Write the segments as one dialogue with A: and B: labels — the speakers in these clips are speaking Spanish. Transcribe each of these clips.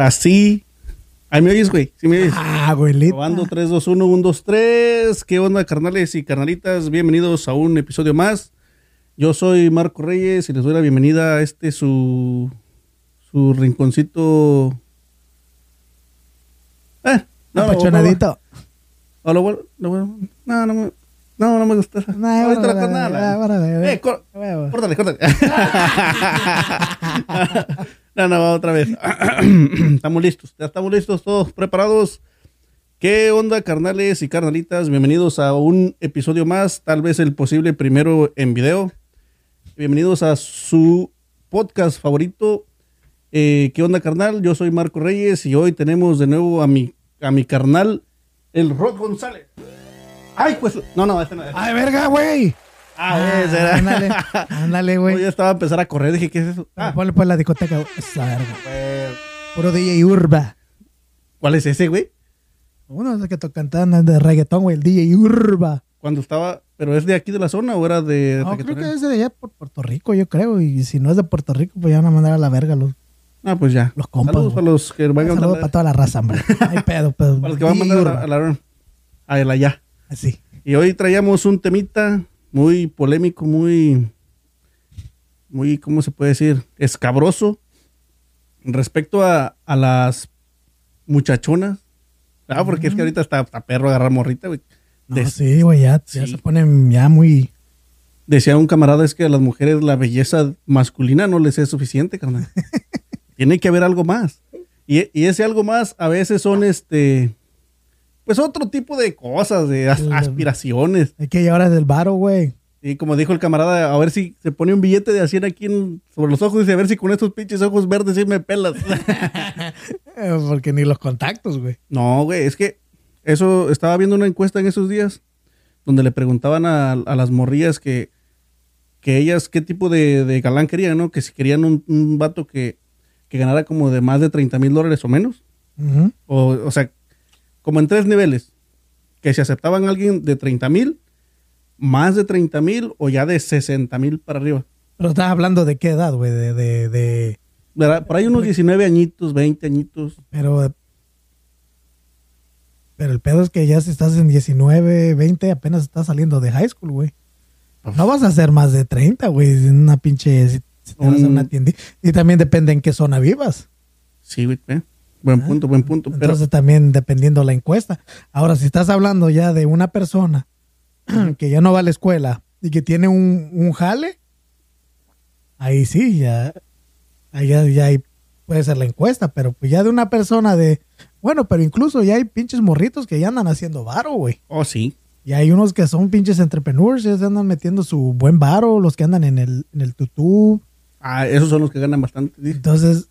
A: así. Ahí me oyes, güey. Sí me oyes.
B: Ah, güey,
A: Probando 3, 2, 1, 1, 2, 3. ¿Qué onda, carnales y carnalitas? Bienvenidos a un episodio más. Yo soy Marco Reyes y les doy la bienvenida a este su, su rinconcito. Eh, no, no,
B: Apachonadito.
A: no, no, no, no, no, me- no, no me gusta.
B: No,
A: Ahorita la
B: bueno,
A: carnala.
B: bueno, bueno, bueno.
A: Eh, cor-
B: Huevo.
A: Córtale, córtale. no, no, va otra vez. estamos listos, ya estamos listos, todos preparados. ¿Qué onda, carnales y carnalitas? Bienvenidos a un episodio más, tal vez el posible primero en video. Bienvenidos a su podcast favorito. Eh, ¿Qué onda, carnal? Yo soy Marco Reyes y hoy tenemos de nuevo a mi, a mi carnal, el Rod González. ¡Ay, pues! No, no, este no. este-
B: Ay, verga, güey.
A: Ah, ese era.
B: Ándale, ándale,
A: Yo
B: güey.
A: ya estaba a empezar a correr, dije, ¿qué es eso? Ah,
B: Ponle pues la discoteca. güey. Esa verga.
A: pues,
B: Puro DJ Urba.
A: ¿Cuál es ese, güey?
B: Uno de que to- cantaban de reggaetón, güey, el DJ Urba.
A: Cuando estaba, pero es de aquí de la zona o era de...
B: No, creo
A: reggaetonero?
B: que es de allá por Puerto Rico, yo creo. Y si no es de Puerto Rico, pues ya van a mandar a la verga los.
A: Ah, pues ya.
B: Los compas,
A: Saludos
B: güey.
A: para los que van a
B: Saludos para
A: mandar,
B: toda la raza, hombre. Ay, pedo, pues, pedo.
A: para los que van a mandar a la- a la- a el allá.
B: Así.
A: Y hoy traíamos un temita muy polémico, muy, muy, ¿cómo se puede decir? Escabroso respecto a, a las muchachonas. Ah, porque es que ahorita está, está perro agarrar morrita, güey.
B: Mm. No,
A: Des-
B: sí, güey, ya, ya
A: sí.
B: se ponen ya muy.
A: Decía un camarada es que a las mujeres la belleza masculina no les es suficiente, carnal. Tiene que haber algo más. Y, e, y ese algo más a veces son este pues otro tipo de cosas, de as-
B: Mm.
A: aspiraciones.
B: Hay que llevar desde el varo, güey.
A: Y como dijo el camarada, a ver si se pone un billete de a 100 aquí en- sobre los ojos y dice, a ver si con estos pinches ojos verdes sí me pelas.
B: Eh, Porque ni los contactos, güey.
A: No, güey, es que eso estaba viendo una encuesta en esos días donde le preguntaban a, a las morrillas que, que ellas qué tipo de, de galán querían, ¿no? Que si querían un, un vato que, que ganara como de más de 30 mil dólares o menos.
B: Ujú.
A: O, o sea, como en tres niveles. Que si aceptaban a alguien de 30 mil, más de 30 mil o ya de 60 mil para arriba.
B: Pero estás hablando de qué edad, güey, de, de, de-
A: ¿Verdad? Por ahí unos 19 añitos, 20 añitos.
B: Pero... Pero el pedo es que ya si estás en 19, 20, apenas estás saliendo de high school, güey. No vas a hacer más de 30, güey, en una pinche... Si, si te vas a una
A: Un-
B: tienda. Y también depende en qué zona vivas.
A: Sí, güey. ¿eh? Buen
B: Ah,
A: punto, buen punto. Pero,
B: Entonces también dependiendo la encuesta. Ahora, si estás hablando ya de una persona que ya no va a la escuela y que tiene un, un jale, ahí sí, ya, ahí ya, ya ahí puede ser la encuesta, pero pues ya de una persona de, bueno, pero incluso ya hay pinches morritos que ya andan haciendo varo, güey.
A: oh, sí.
B: Y hay unos que son pinches entrepreneurs, ya se andan metiendo su buen varo, los que andan en el, en el tutú.
A: Ah, esos son los que ganan bastante. dice.
B: Entonces,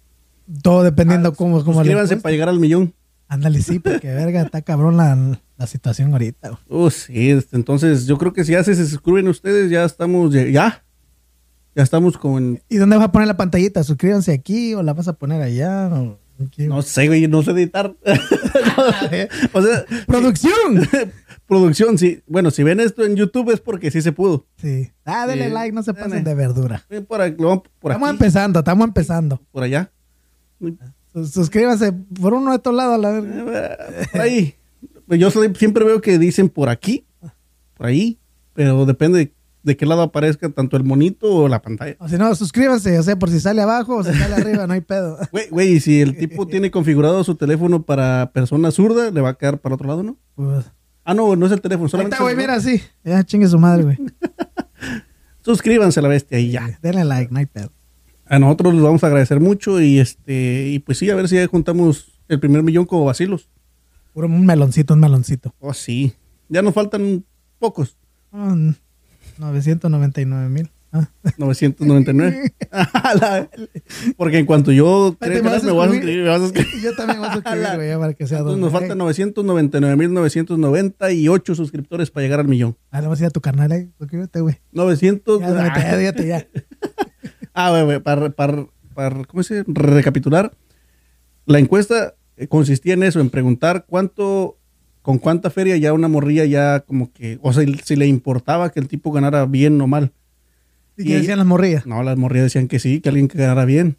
B: todo dependiendo cómo, cómo la
A: Ah, Suscríbanse
B: encuesta.
A: para llegar al millón.
B: Ándale, sí, porque verga, está cabrón la, la situación ahorita. güey.
A: Oh, sí, este, entonces yo creo que si ya se suscriben ustedes, ya estamos, ya, ya, ya estamos con,
B: ¿Y dónde vas a poner la pantallita? ¿Suscríbanse aquí o la vas a poner allá? ¿O aquí?
A: no sé, güey, no sé editar. o sea,
B: ¡Producción!
A: producción, sí. Bueno, si ven esto en YouTube es porque sí se pudo.
B: Sí. Ah, denle
A: Sí.
B: like, no se pasen
A: Dale.
B: de verdura.
A: Ven Por, aquí, lo vamos por
B: estamos
A: aquí,
B: empezando, estamos empezando.
A: por allá.
B: Sus- Suscríbanse por uno de estos lados, la verga.
A: Por ahí. Yo soy- siempre veo que dicen por aquí, por ahí, pero depende de, de qué lado aparezca tanto el monito o la pantalla.
B: O si no, suscríbanse, o sea, por si sale abajo o si sale arriba, no hay pedo.
A: Güey, güey, y si el tipo tiene configurado su teléfono para persona zurda, le va a quedar para otro lado, ¿no?
B: Pues,
A: Ah, no, no es el teléfono,
B: ahí
A: solamente.
B: está, güey,
A: es el
B: mira así. Ya, chingue su madre, güey.
A: reloj. Suscríbanse a la bestia y ya.
B: Denle like, no hay pedo.
A: A nosotros les vamos a agradecer mucho y este, y pues sí, a ver si ya juntamos el primer millón como vacilos.
B: Puro un meloncito, un meloncito.
A: Oh, sí. Ya nos faltan pocos.
B: Ah, 999 mil. Ah.
A: 999. A la- Porque en cuanto yo
B: Ay, te
A: creo que
B: vas a
A: me vas a
B: suscribir.
A: escribir, me vas a escribir.
B: Yo también voy a suscribir, güey, ya para que sea dos.
A: Entonces nos
B: güey.
A: faltan 999.998 suscriptores para llegar al millón.
B: Ah, le vas a ir a tu canal, eh. Suscríbete, güey.
A: 900.
B: Ya, date, date, ya.
A: Ah, güey, güey, para, para, para- ¿cómo se dice? Recapitular. La encuesta eh, consistía en eso, en preguntar cuánto, con cuánta feria ya una morrilla ya como que, o sea, si le importaba que el tipo ganara bien o mal.
B: ¿Y
A: Y-
B: qué decían las morrillas?
A: No, las morrillas decían que sí, que alguien que ganara bien.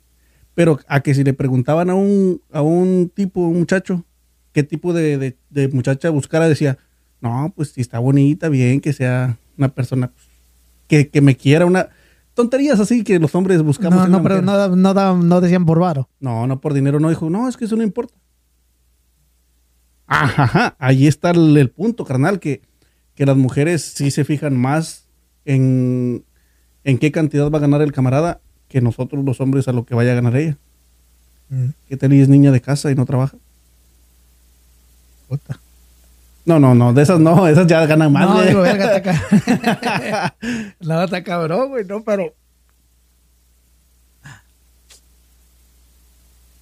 A: Pero a que si le preguntaban a un, a un tipo, un muchacho, qué tipo de, de- de muchacha buscara, decía, no, pues si está bonita, bien, que sea una persona pues, que, que me quiera, una... Tonterías así que los hombres buscamos.
B: No,
A: en
B: no,
A: una
B: pero
A: mujer.
B: no, da- no, da- no decían por varo.
A: No, no por dinero, no, dijo, no, es que eso no importa. Ah, Ajá, ahí está el, el punto, carnal, que, que las mujeres sí se fijan más en, en qué cantidad va a ganar el camarada que nosotros los hombres a lo que vaya a ganar ella.
B: Mm,
A: Que tal y es niña de casa y no trabaja?
B: puta.
A: No, no, no, de esas no, esas ya ganan más.
B: no,
A: güey.
B: digo, verga, está ca- La bata cabrón, güey, no, pero.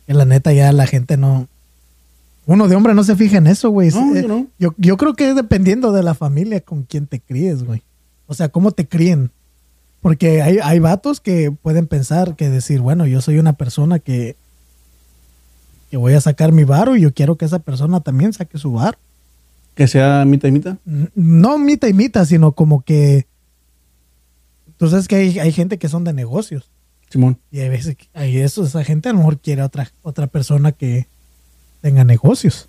B: Que la neta ya la gente no. Uno de hombre no se fija en eso, güey.
A: No,
B: Eh,
A: yo no.
B: Yo, yo creo que es dependiendo de la familia con quien te críes, güey. O sea, cómo te críen. Porque hay, hay vatos que pueden pensar que decir, bueno, yo soy una persona que, que voy a sacar mi varo y yo quiero que esa persona también saque su varo.
A: que sea mitad y mitad.
B: N- no mita y mita, sino como que tú sabes que hay, hay gente que son de negocios
A: Simón,
B: y hay veces que hay eso, esa gente a lo mejor quiere a otra, otra persona que tenga negocios.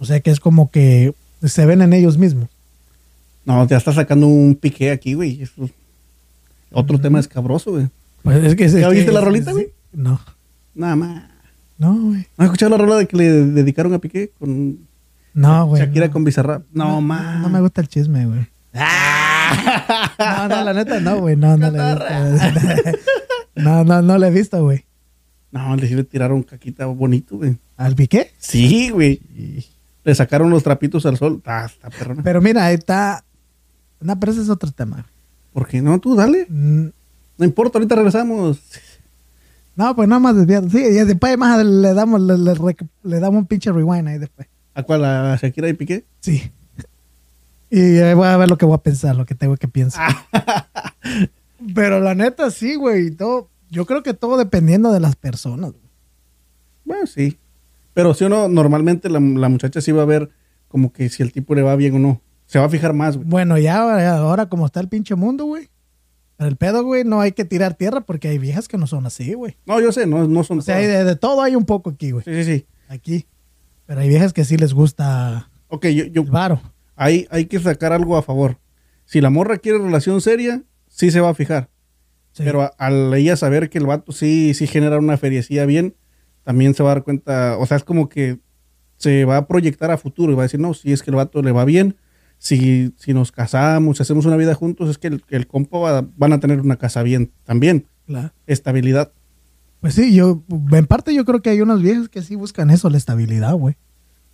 B: O sea que es como que se ven en ellos mismos.
A: no, ya está sacando un piqué aquí, güey. eso es Otro tema escabroso, güey.
B: Pues es que, es
A: ¿Ya
B: que-
A: oíste la rolita,
B: sí,
A: güey?
B: No,
A: Nada más.
B: no, güey.
A: ¿No has escuchado la rola de que le dedicaron a Piqué con
B: No, güey.
A: Shakira
B: no.
A: con Bizarrap. No,
B: No,
A: más.
B: no me gusta el chisme, güey. No, no, la neta no, güey. No, no la he visto. No, no, no la he visto, güey.
A: No, le, sí le tiraron caquita bonito, güey.
B: ¿Al piqué?
A: Sí, güey. Le sacaron los trapitos al sol. Ah, está perrona.
B: Pero mira, ahí está. No, pero ese es otro tema.
A: ¿Por qué no? Tú dale.
B: Mm,
A: No importa, ahorita regresamos.
B: No, pues nada más desviado. Sí, y después más le damos, le, le rec- le damos un pinche rewind ahí después.
A: ¿A cuál? ¿A Shakira y Piqué?
B: Sí. Y ahí voy a ver lo que voy a pensar, lo que tengo que pensar. pero la neta, sí, güey. Todo, yo creo que todo dependiendo de las personas. güey.
A: Bueno, sí. Pero si uno, normalmente la, la muchacha sí va a ver como que si el tipo le va bien o no. Se va a fijar más, güey.
B: Bueno, ya ahora, ahora como está el pinche mundo, güey. Pero el pedo, güey, no hay que tirar tierra porque hay viejas que no son así, güey.
A: No, yo sé, no, no son.
B: O sea, hay de, de todo hay un poco aquí, güey.
A: Sí, sí, sí.
B: Aquí. Pero hay viejas que sí les gusta
A: Ok, yo, yo,
B: el varo.
A: Ahí hay que sacar algo a favor. Si la morra quiere relación seria, sí se va a fijar.
B: Sí.
A: Pero a- al ella saber que el vato sí, sí genera una feriecía bien, también se va a dar cuenta, o sea, es como que se va a proyectar a futuro y va a decir, no, si es que el vato le va bien, si, si nos casamos, si hacemos una vida juntos, es que el, el compa va- van a tener una casa bien también,
B: Claro.
A: estabilidad.
B: Pues sí, yo, en parte yo creo que hay unos viejos que sí buscan eso, la estabilidad, güey.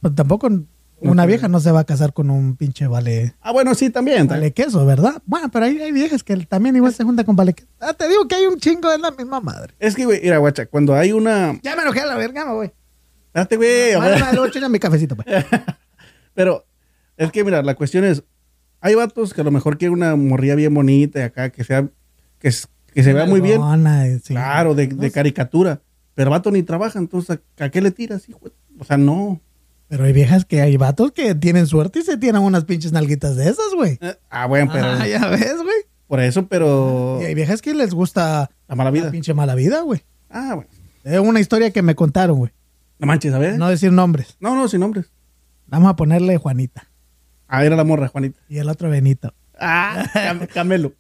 B: Pero tampoco una
A: creo.
B: vieja no se va a casar con un pinche vale,
A: Ah, bueno, sí, también. ta-
B: vale queso, ¿verdad? Bueno, pero hay, hay viejas que también igual se juntan con vale queso. Ah, te digo que hay un chingo de la misma madre.
A: Es que, güey, mira, guacha, cuando hay una...
B: Ya me enojé a la verga, güey.
A: Espérate, güey. a
B: Vale,
A: ver.
B: madre, luego chinga mi cafecito, pues.
A: Pero es que, mira, la cuestión es, hay vatos que a lo mejor quieren una morrilla bien bonita y acá, que sea, que, s- que se vea muy bien,
B: Nalgona, eh, sí.
A: claro, de,
B: No
A: de
B: sé,
A: caricatura, pero vato ni trabaja, entonces, ¿a qué le tiras, hijo? O sea, no.
B: Pero hay viejas que hay vatos que tienen suerte y se tienen unas pinches nalguitas de esas, güey.
A: Eh, Ah, bueno, pero
B: Ah, ya ves, güey.
A: por eso, pero
B: Y hay viejas que les gusta
A: la mala vida.
B: la pinche mala vida, güey.
A: Ah, bueno.
B: Es una historia que me contaron, güey.
A: No manches, a ver. No,
B: No decir nombres.
A: no, sin nombres.
B: Vamos a ponerle Juanita.
A: Ah, era la morra, Juanita.
B: Y el otro Benito.
A: Ah, Cam- Camelo.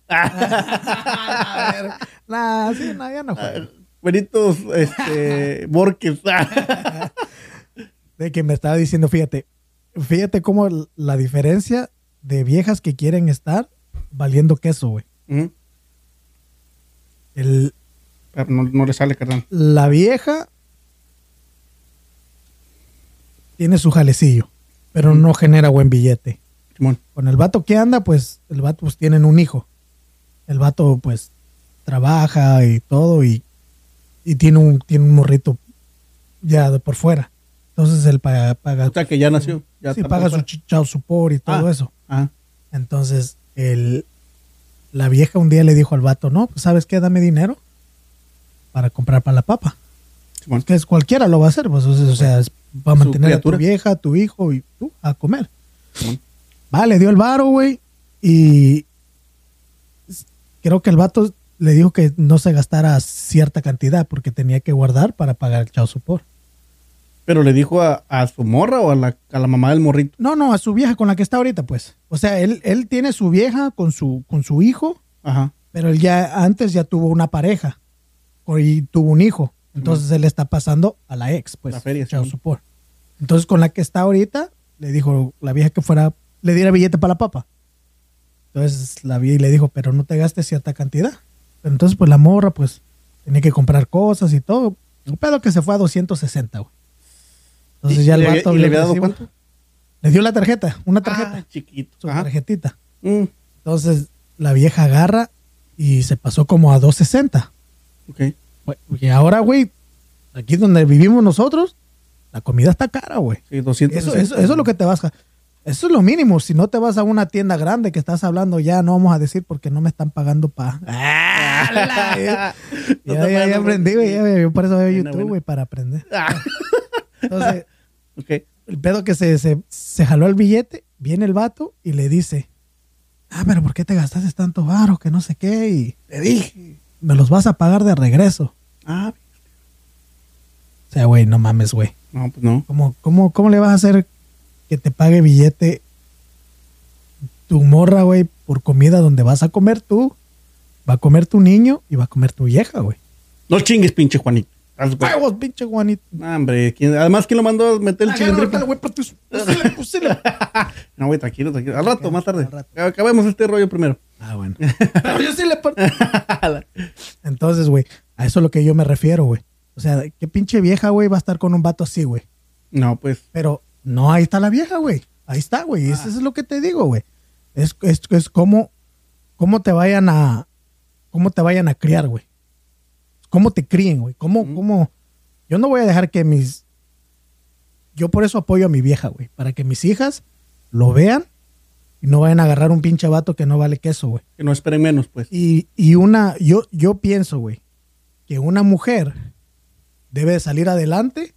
B: A ver, Ah. nah, sí, no, ya no juego.
A: Benitos, este, Borges. Ah.
B: De que me estaba diciendo, fíjate, fíjate cómo l- la diferencia de viejas que quieren estar valiendo queso, güey.
A: Ujú.
B: El-
A: Pero no, no le sale, carnal.
B: La vieja tiene su jalecillo, pero no genera buen billete.
A: Simón.
B: con el vato que anda, pues el vato pues tienen un hijo. El vato pues trabaja y todo y, y tiene un tiene un morrito ya de por fuera. Entonces él paga paga,
A: O sea, que ya nació. Ya
B: sí,
A: está
B: paga
A: por
B: su
A: fuera.
B: ch- chao supor y todo
A: Ah.
B: eso.
A: Ajá.
B: Entonces el la vieja un día le dijo al vato, "No, pues sabes qué, dame dinero para comprar para la papa."
A: Simón.
B: que es cualquiera lo va a hacer, pues, o sea, o sea, es- va a
A: Su
B: mantener a tu
A: criatura.
B: vieja, a tu hijo y tú a comer.
A: Simón.
B: Vale, dio el varo, güey, y s- creo que el vato le dijo que no se gastara cierta cantidad porque tenía que guardar para pagar el chao support.
A: Pero le dijo a, a su morra o a la, a la mamá del morrito.
B: No, no, a su vieja con la que está ahorita, pues. O sea, él, él tiene su vieja con su, con su hijo,
A: Ajá.
B: pero él ya antes ya tuvo una pareja o- y tuvo un hijo. Entonces él está pasando a la ex, pues.
A: La feria, sí.
B: child support. Entonces con la que está ahorita, le dijo la vieja que fuera, le diera billete para la papa. Entonces la vieja le dijo, pero no te gastes cierta cantidad. Pero entonces pues la morra, pues, tenía que comprar cosas y todo. Un pedo que se fue a 260, güey. Entonces
A: ¿Y-
B: ya
A: y
B: el
A: le había-
B: vato
A: y le había dado
B: recibo-
A: cuánto?
B: Le dio la tarjeta, una tarjeta,
A: Ah, chiquito.
B: su
A: Ajá.
B: tarjetita.
A: Mm,
B: Entonces la vieja agarra y se pasó como a 260.
A: ok.
B: Güey, Y ahora, güey, aquí donde vivimos nosotros, la comida está cara, güey.
A: Sí, 200.
B: Eso, eso, eso es lo que te vas a... Eso es lo mínimo. Si no te vas a una tienda grande que estás hablando, ya no vamos a decir porque no me están pagando pa. ¡Ah, ya,
A: No
B: ya,
A: te
B: ya
A: pagan,
B: aprendí, güey.
A: güey.
B: ya, Yo por eso veo
A: Buena,
B: YouTube,
A: buena.
B: güey, para aprender.
A: Ah,
B: Entonces,
A: ok.
B: el pedo que se, se, se jaló el billete, viene el vato y le dice, ah, pero ¿por qué te gastaste tantos varos que no sé qué? Y
A: Te dije.
B: me los vas a pagar de regreso.
A: Ah,
B: O sea, güey, no mames, güey.
A: no, pues no.
B: ¿Cómo, cómo, ¿Cómo le vas a hacer que te pague billete tu morra, güey, por comida donde vas a comer tú? Va a comer tu niño y va a comer tu vieja, güey.
A: No chingues, pinche Juanito. Haz-
B: ¡Huevos, pinche Juanito!
A: Ah, hombre, ¿quién- además, ¿quién lo mandó a meter el
B: Agárralo,
A: chilindripa?
B: dale, güey, pues, para tus- pusile, pusile.
A: No, güey, tranquilo, tranquilo. Al rato, más tarde.
B: Al rato.
A: Acabemos este rollo primero.
B: Ah, bueno. Pero yo sí le par- Entonces, güey, a eso es lo que yo me refiero, güey. O sea, qué pinche vieja, güey, va a estar con un vato así, güey.
A: No, pues.
B: Pero no, ahí está la vieja, güey. Ahí está, güey. Eso es lo que te digo, güey. Es, es, es como, cómo te vayan a, cómo te vayan a criar, güey. Cómo te críen, güey. Cómo, cómo. Yo no voy a dejar que mis. Yo por eso apoyo a mi vieja, güey. Para que mis hijas lo vean y no vayan a agarrar un pinche vato que no vale queso, güey.
A: Que no esperen menos, pues.
B: Y, y una, yo, yo pienso, güey, que una mujer debe de salir adelante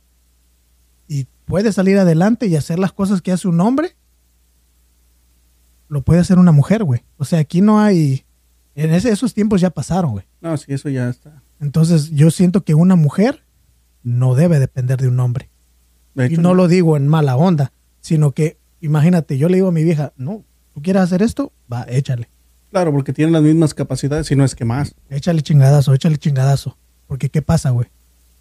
B: y puede salir adelante y hacer las cosas que hace un hombre. Lo puede hacer una mujer, güey. O sea, aquí no hay. En ese- esos tiempos ya pasaron, güey.
A: No, sí, eso ya está.
B: Entonces, yo siento que una mujer no debe depender de un hombre.
A: De
B: y
A: hecho,
B: no lo digo en mala onda, sino que, imagínate, yo le digo a mi vieja, no, tú quieres hacer esto, va, échale.
A: Claro, porque tienen las mismas capacidades, si no es que más.
B: Échale chingadazo, échale chingadazo. Porque ¿qué pasa, güey?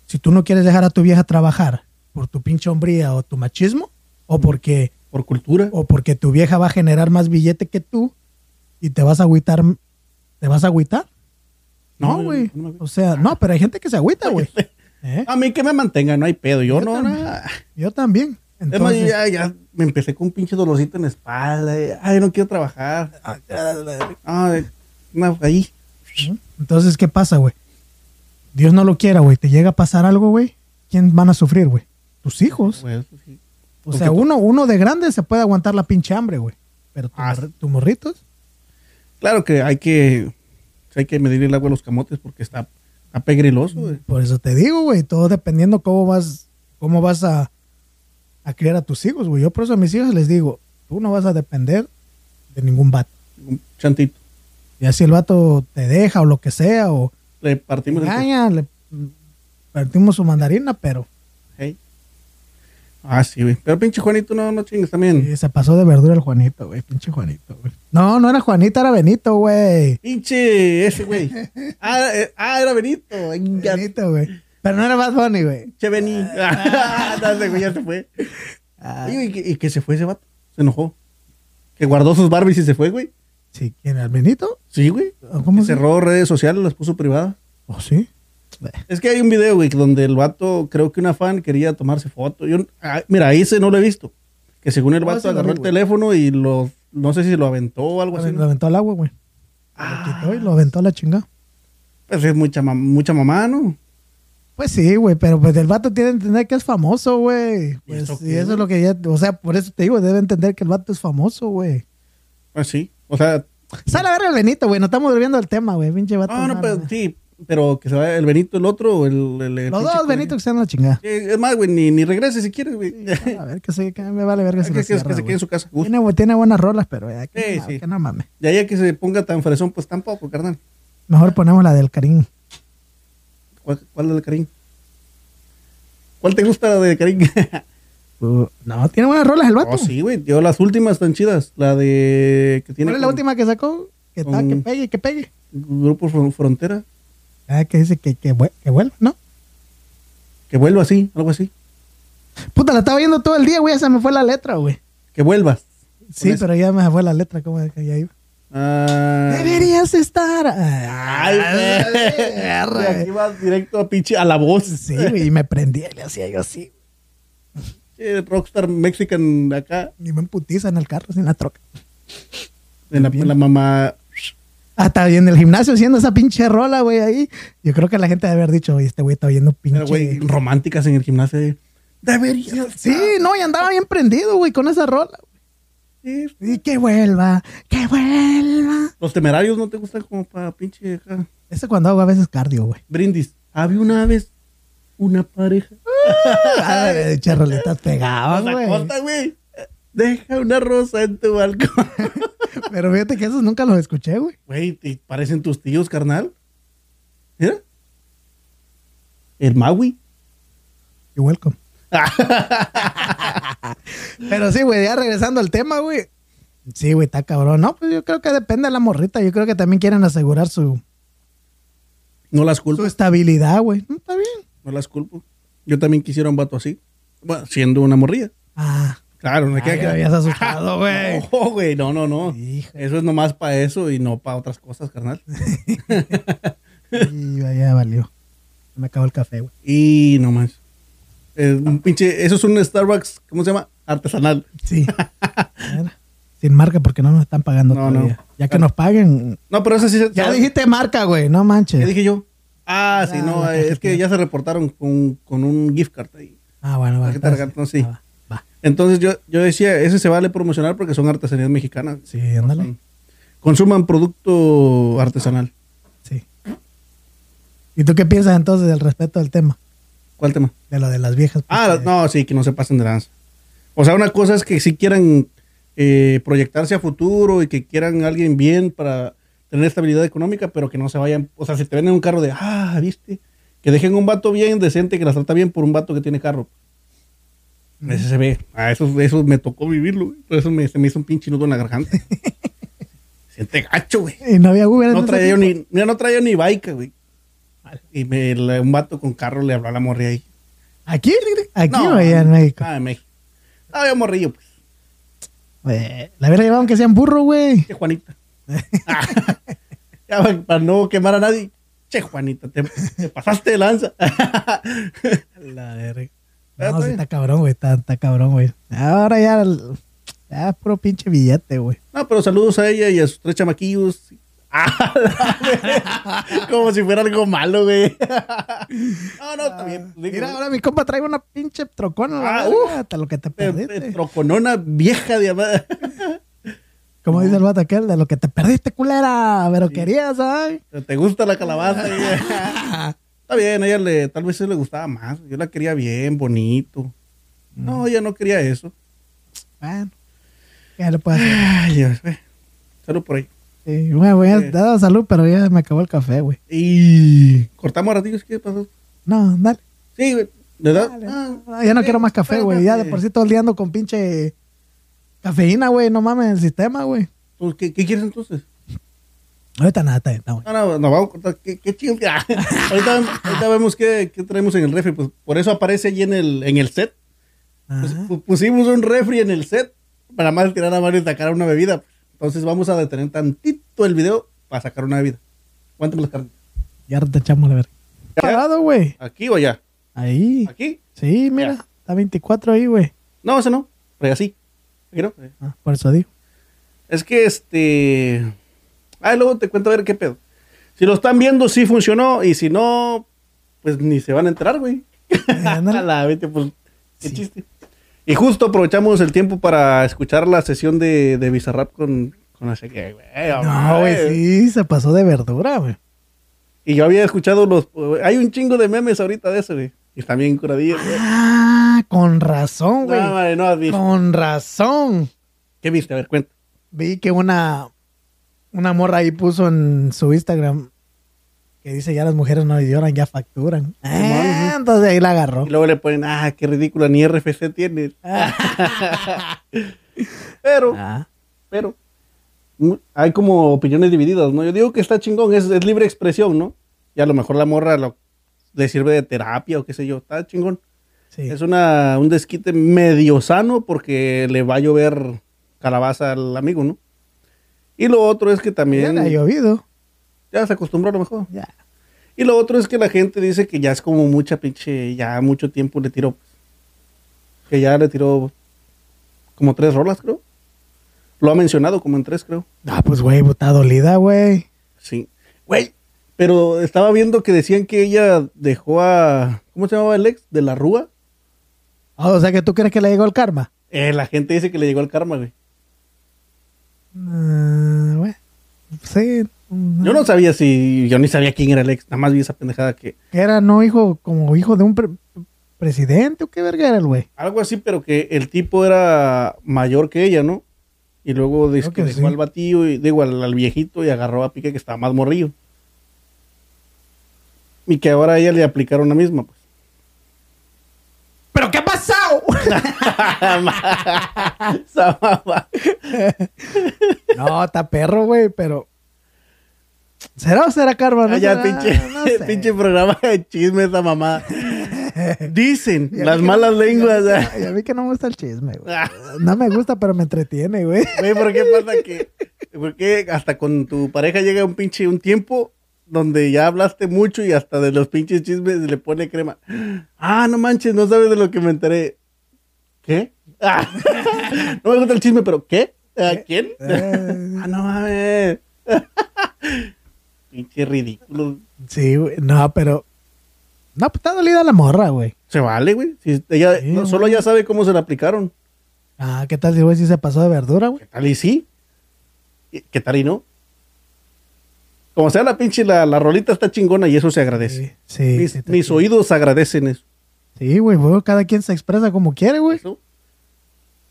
B: Si tú no quieres dejar a tu vieja trabajar por tu pinche hombría o tu machismo, o porque,
A: Por cultura.
B: o porque tu vieja va a generar más billete que tú y te vas a agüitar, ¿te vas a agüitar? No,
A: No,
B: güey.
A: no me agüito.
B: o sea, no, pero hay gente que se agüita, güey. ¿Eh?
A: A mí que me mantenga, no hay pedo. Yo, no,
B: también.
A: nada.
B: Yo también.
A: Es más, yo
B: Entonces,
A: ya, ya me empecé con un pinche dolorcito en la espalda. y, Ay, no quiero trabajar. Ah, no, ahí.
B: ¿eh? entonces, ¿qué pasa, güey? Dios no lo quiera, güey. Te llega a pasar algo, güey. ¿Quién van a sufrir, güey? Tus hijos.
A: Güey, eso sí.
B: O
A: Porque
B: sea,
A: tú-
B: uno, uno de grande se puede aguantar la pinche hambre, güey. Pero tu,
A: Ah,
B: morri- tu morritos,
A: Claro que hay que hay que medir el agua a los camotes porque está, está pegriloso, güey.
B: por eso te digo, güey, todo dependiendo cómo vas, cómo vas a, a criar a tus hijos, güey. Yo por eso a mis hijos les digo, tú no vas a depender de ningún vato.
A: Un chantito.
B: Y así el vato te deja o lo que sea, o
A: Le
B: te
A: partimos el
B: engaña, le partimos su mandarina, pero
A: Hey. Ah, sí, güey. Pero pinche Juanito, no, no chingues también.
B: eh, se pasó de verdura el Juanito, güey, pinche Juanito, güey. No, no era Juanito, era Benito, güey.
A: Pinche ese, güey. ah, eh, ah, era Benito. Venga,
B: Benito, güey. Pero no era Bad Bunny, güey.
A: Che, Beni. Ah, no, ese güey ya se fue.
B: Ah.
A: Oye, ¿y, que, y que se fue ese vato. Se enojó. Que guardó sus Barbies y se fue, güey.
B: Sí, ¿quién era? ¿Benito?
A: Sí, güey.
B: ¿Cómo se
A: Cerró redes sociales, las puso privadas.
B: ¿O ¿Oh, sí?
A: Es que hay un video, güey, donde el vato, creo que una fan quería tomarse foto. Yo, ah, mira, ahí se no lo he visto. Que según el
B: No,
A: vato
B: ese Oh, lo
A: agarró
B: vi,
A: el
B: güey.
A: teléfono y lo, no sé si lo aventó o algo así. Pues
B: Lo
A: ¿no? Ah.
B: aventó al agua, güey. Lo quitó y lo aventó a la chingada.
A: Pues es mucha, mam- mucha mamá, ¿no?
B: Pues sí, güey, pero pues el vato tiene que entender que es famoso, güey. Pues,
A: eso qué,
B: y eso es lo que ya, o sea, por eso te digo, debe entender que el vato es famoso, güey.
A: Pues sí. O sea,
B: Sale a ver el Benito, güey, no estamos volviendo al tema, güey, pinche vato.
A: no, no,
B: nada,
A: pero
B: güey.
A: sí, pero que se vaya el Benito, el otro, o el. el- el pinche
B: Los dos
A: Juanito.
B: Benito que sean a la chingada.
A: Sí, Es más, güey, ni, ni regrese si quieres, güey.
B: A ver, que, se, que me vale verga
A: Es
B: si
A: Ah, que,
B: lo
A: es que
B: cierra,
A: se quede
B: güey.
A: en su casa. Uf.
B: tiene, bu- tiene buenas rolas, pero eh, que,
A: Sí,
B: no,
A: sí.
B: que no mames.
A: De ahí a que se ponga tan fresón, pues tampoco, carnal.
B: Mejor ponemos la del Karim.
A: ¿Cuál, cuál es la de Karim? ¿Cuál te gusta de Karim?
B: Uh, no, tiene buenas rolas el vato.
A: oh, sí, güey. Yo las últimas están chidas. La de. Que tiene
B: ¿Cuál es la
A: con
B: última que sacó? Que, ta-
A: con-
B: que pegue, que pegue.
A: Grupo Fron- Frontera.
B: Ah, que dice que, que, vue- que vuelva, ¿no?
A: Que vuelva así, algo así.
B: Puta, la estaba viendo todo el día, güey. Esa me fue la letra, güey.
A: Que vuelvas.
B: Sí,
A: eso.
B: pero ya me fue la letra. ¿Cómo es que ya iba?
A: Ah.
B: Deberías estar.
A: Ay, güey.
B: Verga,
A: Aquí vas directo a pinche a la voz.
B: Sí, güey, y me prendí, le hacía yo así.
A: Eh, Rockstar Mexican acá.
B: Y me putiza en el carro, sin la troca.
A: En la, en la mamá.
B: Hasta en el gimnasio haciendo esa pinche rola, güey, ahí. Yo creo que la gente debe haber dicho, oye, este güey está oyendo
A: Era,
B: pinche.
A: güey, románticas en el gimnasio. eh. Deberías.
B: Sí, no, y andaba bien prendido, güey, con esa rola.
A: ir.
B: Y que vuelva, que vuelva.
A: Los temerarios no te gustan como para pinche acá.
B: Ese cuando hago a veces cardio, güey.
A: Brindis. Había una vez una pareja.
B: Ah, Pinche roletas pegadas,
A: Nos
B: güey.
A: acosta, güey. Deja una rosa en tu balcón.
B: Pero fíjate que esos nunca los escuché, güey.
A: Güey, ¿te parecen tus tíos, carnal? ¿Mira? El Maui.
B: You're welcome. Pero sí, güey, ya regresando al tema, güey. Sí, güey, está cabrón. No, pues yo creo que depende de la morrita. Yo creo que también quieren asegurar su,
A: No las
B: su
A: culpo.
B: estabilidad, güey. No, está bien.
A: No las culpo. Yo también quisiera un vato así. Bueno, siendo una morrilla.
B: Ah,
A: Claro, no hay
B: ah, ya me habías asustado, güey.
A: No, güey, no, no, no.
B: Hijo.
A: Eso es nomás para eso y no para otras cosas, carnal.
B: Y ya valió. Se Me acabó el café, güey.
A: Y nomás. Es un pinche, eso es un Starbucks, ¿cómo se llama? Artesanal.
B: Sí. Mira, Sin marca porque no nos están pagando
A: No, no.
B: todavía. Ya que nos paguen.
A: No, pero eso sí se-
B: Ya
A: se-
B: dijiste marca, güey. No
A: ¿Qué
B: manches.
A: dije yo? Ah, sí,
B: Ah,
A: no,
B: la
A: eh, es que ya se reportaron con, con un gift card ahí.
B: Ah, bueno, va.
A: Tarjeta de cartón, sí.
B: Va, va.
A: Entonces yo, yo decía, ese se vale promocionar porque son artesanías mexicanas.
B: Sí, ándale.
A: Consuman producto artesanal.
B: Sí. ¿Y tú qué piensas entonces del respecto del tema?
A: ¿Cuál tema?
B: De lo de las viejas.
A: Ah,
B: porque-
A: no, sí, que no se pasen de lanza. O sea, una cosa es que si quieran eh, proyectarse a futuro y que quieran a alguien bien para tener estabilidad económica, pero que no se vayan. O sea, si te venden un carro de, ah, viste, que dejen un vato bien decente que las trata bien por un vato que tiene carro. Ese se ve. A eso, eso me tocó vivirlo. güey. Por eso me, se me hizo un pinche nudo en la garganta. Siente gacho, güey.
B: Y Pues no había Uber. en
A: No
B: ese
A: traía yo
B: tiempo.
A: ni, mira, no traía yo ni bike, güey. Y me, la- un vato con carro le habló a la morra ahí.
B: ¿Aquí? Aquí
A: No,
B: o allá en México.
A: Ah, en México. Ah, yo morrillo, pues.
B: Güey, la hubiera llevado aunque sean burro, güey.
A: Che Juanita. Ah, ya, pa- para no quemar a nadie. Che Juanita, te, te pasaste de lanza.
B: La verga.
A: Ah, está
B: No, sí,
A: bien.
B: está cabrón, güey. Está, está cabrón, güey. Ahora ya. el- Ya es puro pinche billete, güey.
A: no, pero saludos a ella y a sus tres chamaquillos. Ah, la verga. Como si fuera algo malo, güey. No, no, está bien. Digo,
B: Mira, ahora mi compa trae una pinche trocona. la
A: Ah,
B: verga,
A: uf.
B: hasta lo que te
A: te-
B: perdiste.
A: te troconona vieja de amada.
B: Como dice el vato aquel, de lo que te perdiste, culera. Pero querías, ¿sabes?
A: ¿Te gusta la calabaza? güey? Está bien, a ella le, tal vez se le gustaba más. Yo la quería bien, bonito. No, ella no quería eso.
B: Bueno. Ya le puedo hacer.
A: Ay, Dios, güey. Salud por ahí.
B: Sí, güey, güey,
A: Sí.
B: has dado salud, pero ya me acabó el café, güey.
A: Y cortamos ratillos, ¿qué pasó?
B: No, dale.
A: Sí, güey. ¿De edad?
B: Dale.
A: Ah,
B: ya no
A: sí,
B: quiero más café, güey. Ya de por sí todo el día ando con pinche cafeína, güey. No mames, el sistema, güey.
A: Pues, ¿Qué, qué quieres entonces?
B: Ahorita nada, está bien, está bueno.
A: No, no, no, vamos a cortar. ¿Qué, qué chido? Ah, ahorita, ahorita vemos qué, qué traemos en el refri. Pues, por eso aparece allí en el, en el set. Pues,
B: Ajá.
A: pu- pusimos un refri en el set para más tirar a mano y sacar una bebida. Entonces vamos a detener tantito el video para sacar una bebida. Cuéntame las carnes.
B: Ya te echamos la verga. Parado, güey.
A: ¿Aquí o allá?
B: Ahí.
A: ¿Aquí?
B: Sí, mira.
A: Ya.
B: Está 24 ahí, güey.
A: No, ese no. Pero así. Aquí no.
B: Ah, por eso digo.
A: Es que este. Ah, luego te cuento a ver qué pedo. Si lo están viendo, sí funcionó. Y si no, pues ni se van a enterar, güey.
B: Eh, Ándale.
A: A la vete, pues. Qué
B: Sí.
A: chiste. Y justo aprovechamos el tiempo para escuchar la sesión de, de Bizarrap con, con ese que, güey.
B: No, güey, sí, se pasó de verdura, güey.
A: Y yo había escuchado los. Hay un chingo de memes ahorita de eso, güey. Y también curadillas, güey.
B: Ah, con razón,
A: No,
B: güey.
A: madre, no has visto.
B: con razón.
A: ¿Qué viste? A ver, cuenta.
B: Vi que una, una morra ahí puso en su Instagram Que dice ya las mujeres no lloran, ya facturan. Ah,
A: ujú.
B: entonces ahí la agarró.
A: Y luego le ponen, ah, qué ridícula, ni RFC tiene. pero,
B: Ah,
A: pero, mm, hay como opiniones divididas, ¿no? Yo digo que está chingón, es, es libre expresión, ¿no? Y a lo mejor la morra lo- le sirve de terapia o qué sé yo, está chingón.
B: sí.
A: Es una, un desquite medio sano porque le va a llover calabaza al amigo, ¿no? Y lo otro es que
B: Ya
A: también...
B: le ha llovido.
A: Ya se acostumbró a lo mejor.
B: Ya.
A: Y lo otro es que la gente dice que ya es como mucha pinche, ya mucho tiempo le tiró. pues. Que ya le tiró como tres rolas, creo. Lo ha mencionado como en tres, creo.
B: Ah, pues güey, está dolida, güey.
A: Sí. Güey, pero estaba viendo que decían que ella dejó a... ¿Cómo se llamaba el ex? ¿De la Rúa?
B: Ah, o sea que tú crees que le llegó el karma.
A: Eh, la gente dice que le llegó el karma, güey.
B: Ah, güey. Sí. mm,
A: Yo no sabía si... Yo ni sabía quién era el ex. Nada más vi esa pendejada que...
B: Era no hijo, como hijo de un pre- presidente o qué verga era el güey.
A: Algo así, pero que el tipo era mayor que ella, ¿no? Y luego dice
B: Creo
A: que
B: que
A: dejó
B: sí.
A: al batillo, y, digo, al, al viejito y agarró a Pique que estaba más morrillo. Y que ahora a ella le aplicaron la misma, pues.
B: ¿Pero qué ha pasado?
A: Esa mamá.
B: no, está perro, güey, pero. ¿Será o será karma? No
A: Ah, ya,
B: será,
A: pinche,
B: no sé.
A: pinche programa de chisme esa mamá. Dicen
B: Y a mí
A: las
B: que
A: malas
B: no-
A: lenguas.
B: y a mí
A: ah.
B: que no- y a mí que no me gusta el chisme, güey.
A: Ah.
B: No me gusta, pero me entretiene, güey.
A: Güey, ¿por qué pasa que por qué hasta con tu pareja llega un pinche un tiempo donde ya hablaste mucho y hasta de los pinches chismes le pone crema? Ah, no manches, no sabes de lo que me enteré. ¿Qué? Ah, no me gusta el chisme, pero ¿qué? ¿A quién?
B: Eh,
A: Ah, no mames. pinche ridículo.
B: sí, güey. No, pero. No, pues está dolida la morra, güey.
A: Se vale, güey. Si ella
B: Sí,
A: no, solo
B: güey.
A: ya sabe cómo se la aplicaron.
B: Ah, ¿qué tal si, güey, si se pasó de verdura, güey?
A: ¿Qué tal y sí? ¿Y ¿Qué tal y no? Como sea la pinche, la, la rolita está chingona y eso se agradece.
B: Sí, sí.
A: Pues, mis
B: sí, está
A: mis
B: chido.
A: oídos agradecen eso.
B: Sí, güey, güey, cada quien se expresa como quiere, güey.
A: Eso.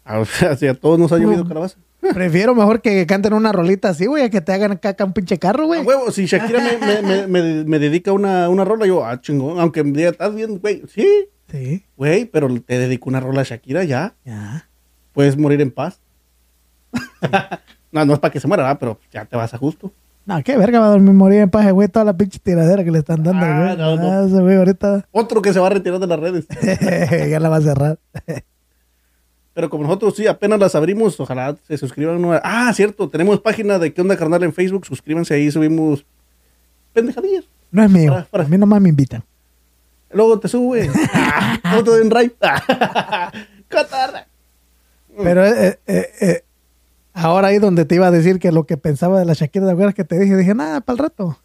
A: A, o sea, si a todos nos ha llovido
B: Mm.
A: calabaza.
B: Prefiero mejor que canten una rolita así, güey, a que te hagan caca un pinche carro,
A: A
B: güey.
A: huevo, si Shakira me, me- me- me- me dedica una, una rola, yo, ah, chingón, aunque me diga, estás bien, güey, sí,
B: Sí,
A: güey, pero te dedico una rola a Shakira, ya,
B: ya.
A: puedes morir en paz. no, no es para que se muera, ¿verdad? pero ya te vas a justo.
B: No, qué verga va a dormir morir en paz, güey, toda la pinche tiradera que le están dando,
A: Ah,
B: güey.
A: no, no.
B: Ah, ese güey, ahorita
A: Otro que se va a retirar de las redes.
B: ya la va a cerrar.
A: Pero como nosotros sí, apenas las abrimos, ojalá se suscriban. ¿no? Ah, cierto, tenemos página de qué onda carnal en Facebook, suscríbanse ahí, subimos pendejadillas.
B: No es mío.
A: Para- para-
B: A mí nomás me invitan.
A: Luego te sube. Ah, no te den ray. Ah, Catarra. Mm.
B: Pero eh, eh, eh, ahora ahí donde te iba a decir que lo que pensaba de la Shakira de acuerdas que te dije, dije, nada, para el rato.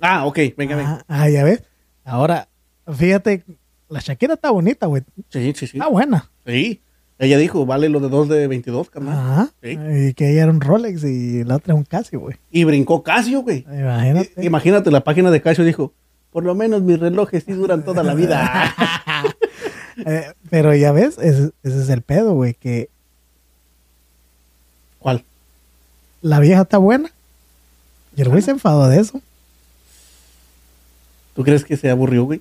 A: Ah, ok, venga, venga.
B: Ah, ah, ya ves. Ahora, fíjate, la Shakira está bonita, güey.
A: Sí, sí, sí.
B: Está buena.
A: Ah, Sí. Ella dijo, vale lo de 2 de 22, carnal.
B: Ajá.
A: Ah, Sí.
B: Y que ella era un Rolex y la otra es un Casio, güey.
A: Y brincó Casio, güey.
B: Imagínate.
A: I- Imagínate, la página de Casio dijo, por lo menos mis relojes sí duran toda la vida.
B: Eh, pero ya ves, ese, ese es el pedo, güey, que
A: ¿Cuál?
B: la vieja está buena. Y el güey se enfadó de eso.
A: ¿Tú crees que se aburrió, güey?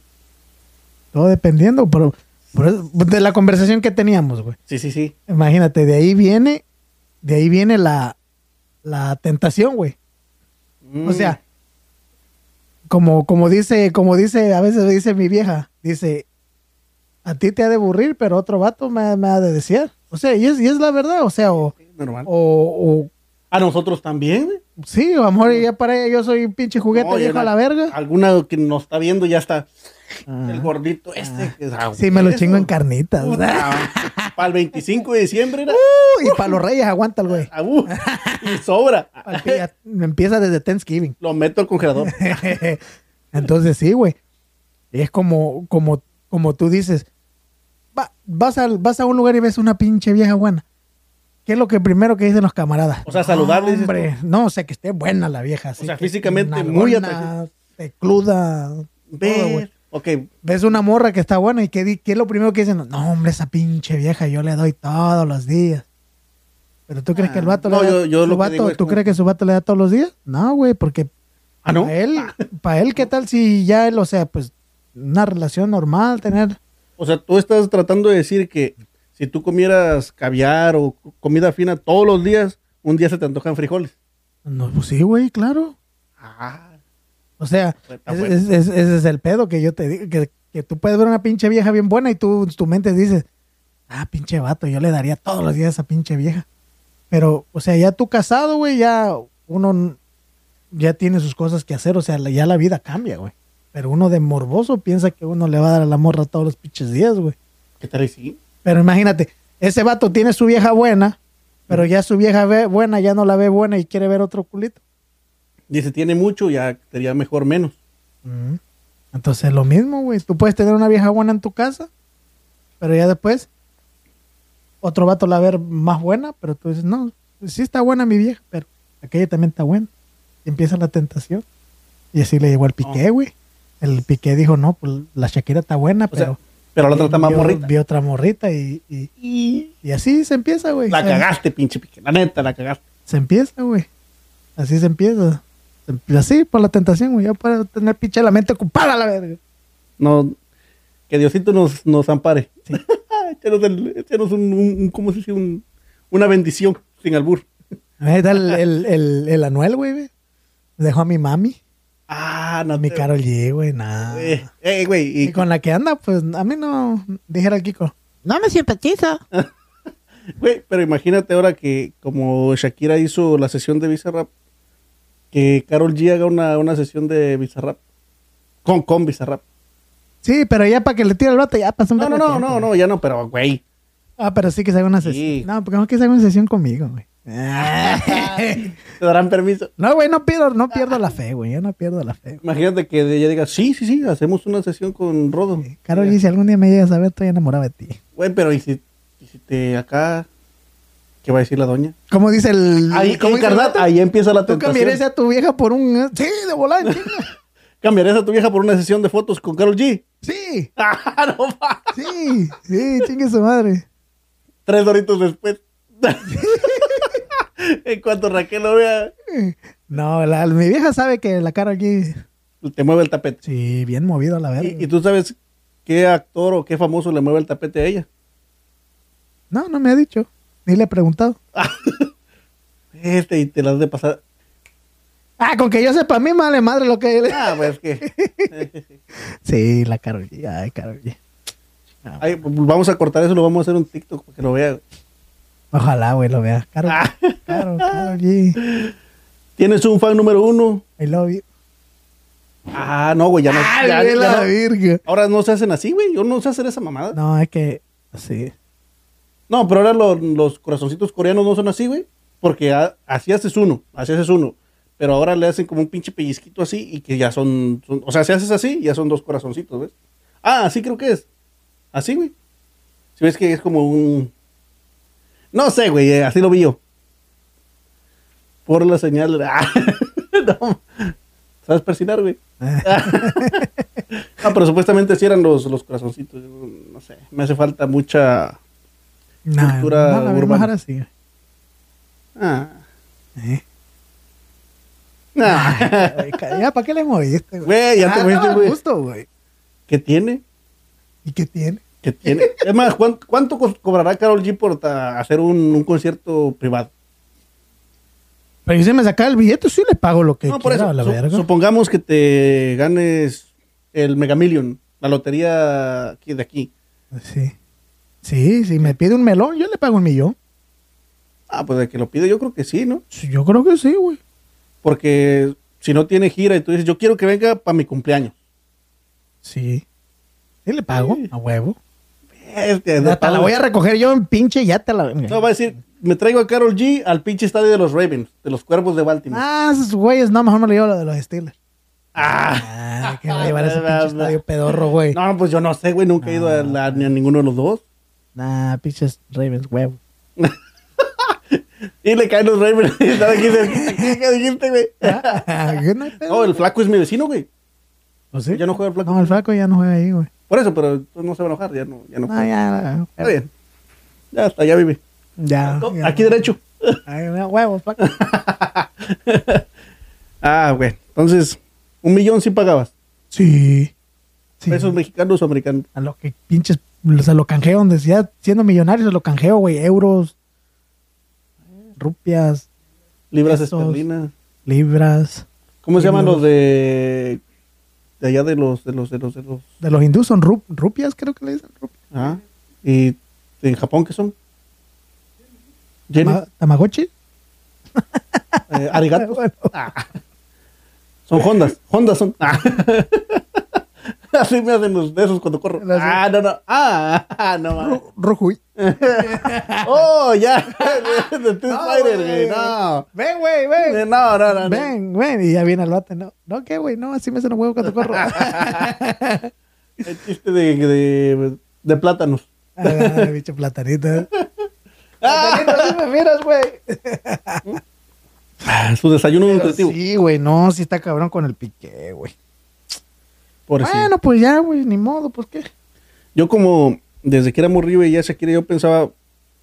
B: Todo dependiendo, pero por eso- de la conversación que teníamos, güey.
A: Sí, sí, sí.
B: Imagínate, de ahí viene, de ahí viene la, la tentación, güey.
A: Mm.
B: O sea, como, como dice, como dice, a veces dice mi vieja, dice, a ti te ha de aburrir, pero otro vato me, me ha de desear. O sea, y es, y es la verdad, o sea, o,
A: Mm, normal.
B: o, o
A: A nosotros también, güey.
B: Sí, o amor, ya para ella yo soy un pinche juguete
A: No, ya
B: viejo a
A: no- Ah,
B: la verga.
A: Alguna que nos está viendo ya está.
B: Ah.
A: El gordito este. que es- ah,
B: Sí, me lo
A: eso.
B: chingo en carnitas.
A: Para el 25 de diciembre
B: Uh.
A: era.
B: Uy, y para los reyes aguanta el güey.
A: Abú. y sobra.
B: Pa'l pi- ya- Empieza desde Thanksgiving.
A: Lo meto al congelador.
B: Entonces sí, güey. Y es como, como, como tú dices, va- vas, al- vas a un lugar y ves una pinche vieja buena. ¿Qué es lo que primero que dicen los camaradas?
A: O sea, saludable,
B: No,
A: dices
B: hombre, no, o sea, que esté buena la vieja. así
A: sea,
B: que
A: físicamente
B: nalgona,
A: muy atractiva.
B: Tecluda. todo, güey.
A: Ver. Ok.
B: ves una morra que está buena y que, di- que es lo primero que dicen, no, hombre, esa pinche vieja yo le doy todos los días. Pero tú crees que el vato
A: Ah, no,
B: le da,
A: yo- yo
B: su
A: lo que
B: vato-
A: digo es
B: ¿tú
A: como-
B: crees que su vato le da todos los días? No, güey, porque
A: Ah, ¿no?
B: Para él, para él, ¿qué tal si ya él, o sea, pues una relación normal, tener...
A: O sea, tú estás tratando de decir que si tú comieras caviar o comida fina todos los días, un día se te antojan frijoles.
B: No, pues sí, güey, claro.
A: Ah,
B: O sea,
A: Pues Está
B: es-
A: bueno.
B: es- es- ese es el pedo que yo te digo, que, que tú puedes ver una pinche vieja bien buena y tú, tu mente dices, ah, pinche vato, yo le daría todos los días a esa pinche vieja. Pero, o sea, ya tú casado, güey, ya uno n- ya tiene sus cosas que hacer, o sea, la- ya la vida cambia, güey. Pero uno de morboso piensa que uno le va a dar a la morra todos los pinches días, güey.
A: ¿qué tal y sí?
B: Pero imagínate, ese vato tiene su vieja buena, pero ya su vieja ve- buena ya no la ve buena y quiere ver otro culito.
A: Dice, tiene mucho, ya sería mejor menos.
B: Mm. Entonces lo mismo, güey. Tú puedes tener una vieja buena en tu casa, pero ya después otro vato la va a ver más buena, pero tú dices, no, pues sí está buena mi vieja, pero aquella también está buena. Y empieza la tentación. Y así le llegó al Piqué, güey. El Piqué dijo, no, pues la Shakira está buena,
A: O sea,
B: pero...
A: Pero la trata más
B: vio-
A: morrita.
B: vio otra morrita y, y-
A: Y
B: y así se empieza, güey.
A: la
B: O sea,
A: cagaste, pinche pique. La neta, la cagaste.
B: se empieza, güey. Así se empieza. Se empie- Así, por la tentación, güey. Ya para tener pinche la mente ocupada, la verga.
A: No, que Diosito nos, nos ampare.
B: Sí.
A: échanos el- échanos un, un- un- ¿cómo se dice? Un- una bendición sin albur.
B: Ahí está el, el, el, el Anuel, güey. ve. Dejó a mi mami,
A: Ah, no.
B: a mi
A: te-
B: Carol G, güey, nada.
A: Eh, eh, güey, y-
B: Y con la que anda, pues a mí no, dijera el Kiko.
C: No me simpatiza.
A: Güey, pero imagínate ahora que como Shakira hizo la sesión de Bizarrap, que Carol G haga una, una sesión de Bizarrap. Con, con Bizarrap.
B: Sí, pero ya para que le tire el vato, ya pasó un
A: No, no,
B: vergo de
A: no,
B: tiempo,
A: no,
B: güey.
A: no, ya no, pero güey.
B: Ah, pero sí que se haga una sesión.
A: Sí.
B: No, porque no que se haga una sesión conmigo, güey.
A: Ah. Te darán permiso.
B: No, güey, no pierdo, no pierdo la fe, güey. Yo no pierdo la fe.
A: Imagínate que ella diga, sí, sí, sí, hacemos una sesión con Rodo.
B: güey. Carol G, si algún día me llegas a ver, estoy enamorada de ti.
A: Güey, pero ¿y si, y si te acá... ¿Qué va a decir la doña?
B: ¿Cómo dice el.
A: Ahí,
B: ¿cómo dice el
A: carnal,
B: vato?
A: ahí empieza la
B: ¿Tú cambiarías
A: tentación.
B: a tu vieja por un. eh, Sí, de volar, chinga.
A: ¿Cambiarías a tu vieja por una sesión de fotos con Carol G?
B: Sí,
A: Ah, no, va.
B: sí, sí, chingue su madre.
A: Tres doritos después. en cuanto Raquel lo vea,
B: No, la, mi vieja sabe que la cara aquí,
A: te mueve el tapete.
B: sí, bien movido, la verdad.
A: ¿Y, y tú sabes qué actor o qué famoso le mueve el tapete a ella?
B: No, no me ha dicho, ni le he preguntado.
A: Este, y te las de pasar.
B: Ah, con que yo sepa a mí, madre, madre, lo que...
A: Ah, pues que.
B: Sí, la Karol G, ay, Karol G.
A: Ay, pues vamos a cortar eso, lo vamos a hacer un TikTok para que lo vea.
B: Ojalá, güey, lo vea. Karol,
A: Ah.
B: Karol, Karol G,
A: Tienes un fan número uno.
B: I love you.
A: Ah, no, güey, ya no.
B: Ay,
A: ya-
B: güey,
A: ya
B: la
A: no.
B: virga.
A: Ahora no se hacen así, güey. Yo no sé hacer esa mamada. No,
B: No, es que, sí.
A: pero ahora lo- los corazoncitos coreanos no son así, güey. Porque a- así haces uno, así haces uno. Pero ahora le hacen como un pinche pellizquito así y que ya son, son- O sea, si haces así, ya son dos corazoncitos, ¿ves? Ah, así creo que es. Así, güey. Si ves que es como un. No sé, güey, eh, así lo vi yo. Por la señal. Ah, no. ¿Sabes persinar, güey? Ah, pero supuestamente sí eran los, los corazoncitos. Yo No sé, me hace falta mucha.
B: No,
A: Cultura
B: no, la voy a
A: urbana.
B: bajar así. güey.
A: Ah.
B: Eh.
A: Ah.
B: Ay, ca- Ya, ¿para qué le moviste, güey?
A: Güey, ya te
B: Ah,
A: fuiste,
B: no,
A: güey.
B: gusto, güey.
A: ¿Qué tiene?
B: ¿Y qué tiene?
A: ¿Qué tiene? Es más, ¿cuán- ¿cuánto, co- cobrará Carol G por ta- hacer un, un concierto privado?
B: Pero yo si me saca el billete, sí le pago lo que
A: No, por
B: quiera,
A: eso.
B: a la
A: Su-
B: verga.
A: supongamos que te ganes el Mega Million, la lotería aquí- de aquí.
B: Sí. Sí, si me pide un melón, yo le pago un millón.
A: Ah, pues de que lo pide, yo creo que sí, ¿no?
B: Sí, Yo creo que sí, güey.
A: Porque si no tiene gira y tú dices, yo quiero que venga para mi cumpleaños.
B: Sí. Sí, le pago,
A: Sí.
B: a huevo.
A: Este, de
B: Hasta la
A: pago.
B: voy a recoger yo en pinche ya te la.
A: No, va a decir, me traigo a Carol G al pinche estadio de los Ravens, de los Cuervos de Baltimore.
B: Ah, esos güeyes, no, mejor me lo llevo lo de los Steelers.
A: Ah.
B: Ah, que va a llevar a ese
A: Ah,
B: pinche
A: va, va.
B: estadio pedorro, güey.
A: No, pues yo no sé, güey, nunca he ido
B: Ah.
A: a, la- ni a ninguno de los dos.
B: Nah, pinches Ravens, huevo.
A: Y le caen los Ravens. y están aquí cerquita. ¿Qué qué dijiste, güey?
B: Ah, yo no hay pedo.
A: No, el flaco es mi vecino, güey.
B: ¿O sí?
A: Ya Oh, no juega el flaco.
B: No, el flaco ya no juega ahí, güey.
A: Por eso, pero entonces no se va a enojar, ya no, ya no.
B: No, Ah, ya.
A: Está bien. Ya está, ya vive.
B: Ah,
A: Oh,
B: Ya.
A: No,
B: ya.
A: aquí derecho.
B: Ay, no, huevo, flaco.
A: Ah, güey. Entonces, un millón sí pagabas.
B: Sí. sí.
A: Pesos mexicanos o americanos.
B: A lo que pinches, se lo canjeo, donde decía, siendo millonario se lo canjeo, güey, euros, rupias,
A: Libras
B: Pesos.
A: esterlinas.
B: libras.
A: ¿Cómo se llaman
B: Euros.
A: los de. de allá de los. de los. de los. de los.
B: De los hindús son rup- rupias, creo que le dicen. rupias.
A: Ah, ¿Y en Japón qué son? Yenes,
B: Ma- ¿Tamagotchi?
A: eh, arigatos.
B: Bueno,
A: Son Hondas. Hondas son. Ah. Así me hacen los besos cuando corro.
B: Las-
A: Ah, no, no. Ah, ah, no mames.
B: Rujuy.
A: Oh, ya. De Street
B: No,
A: Fighter,
B: güey.
A: güey. No.
B: Ven, güey, ven.
A: Eh, No, no, no. no.
B: Ven, ven. Y ya viene al bate, no. No, ¿qué, güey? No, así me hacen los huevos cuando corro. Ah,
A: El chiste de, de, de plátanos.
B: Ah, bicho platanita.
A: Ah,
B: Platanito, así me miras, güey.
A: Ah, su desayuno nutritivo.
B: Sí, güey, no, sí está cabrón con el piqué, güey.
A: Pobrecillo.
B: Bueno, pues ya, güey, ni modo, pues qué.
A: Yo como desde que era morrillo y ya Shakira, yo pensaba,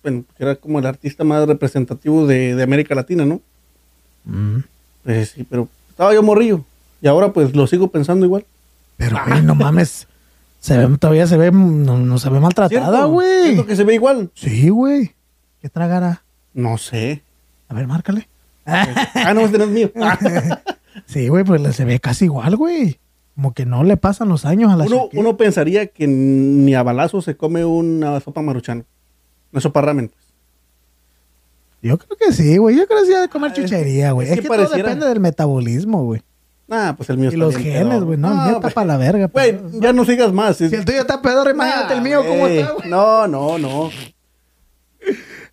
A: bueno, que era como el artista más representativo de, de América Latina, ¿no? Pues sí, pero estaba yo morrillo. Y ahora pues lo sigo pensando igual.
B: Pero, güey, no mames. Se ve, todavía se ve, no, no se ve maltratada,
A: ¿Cierto?
B: güey.
A: ¿Cierto que se ve igual?
B: Sí, güey. ¿Qué tragará?
A: No sé.
B: A ver, márcale.
A: Ah, no, este no es mío.
B: Sí, güey, pues le- se ve casi igual, güey. Como que no le pasan los años a la
A: uno,
B: Shakira.
A: uno pensaría que ni a balazo se come una sopa maruchana. Una sopa ramen. pues.
B: Yo creo que sí, güey. Yo creo que sí ha de comer
A: Ah, es-
B: chuchería, güey.
A: es
B: Es,
A: que
B: que, todo
A: pareciera-
B: depende del metabolismo, güey.
A: Ah, pues el mío
B: Y los
A: bien pedorro.
B: genes, güey. No, el mío está
A: pues,
B: para la verga. pero-
A: Güey, ya no sigas más. Ah,
B: Si el tuyo está peor, imagínate el mío, ¿cómo está, güey?
A: No, no, no.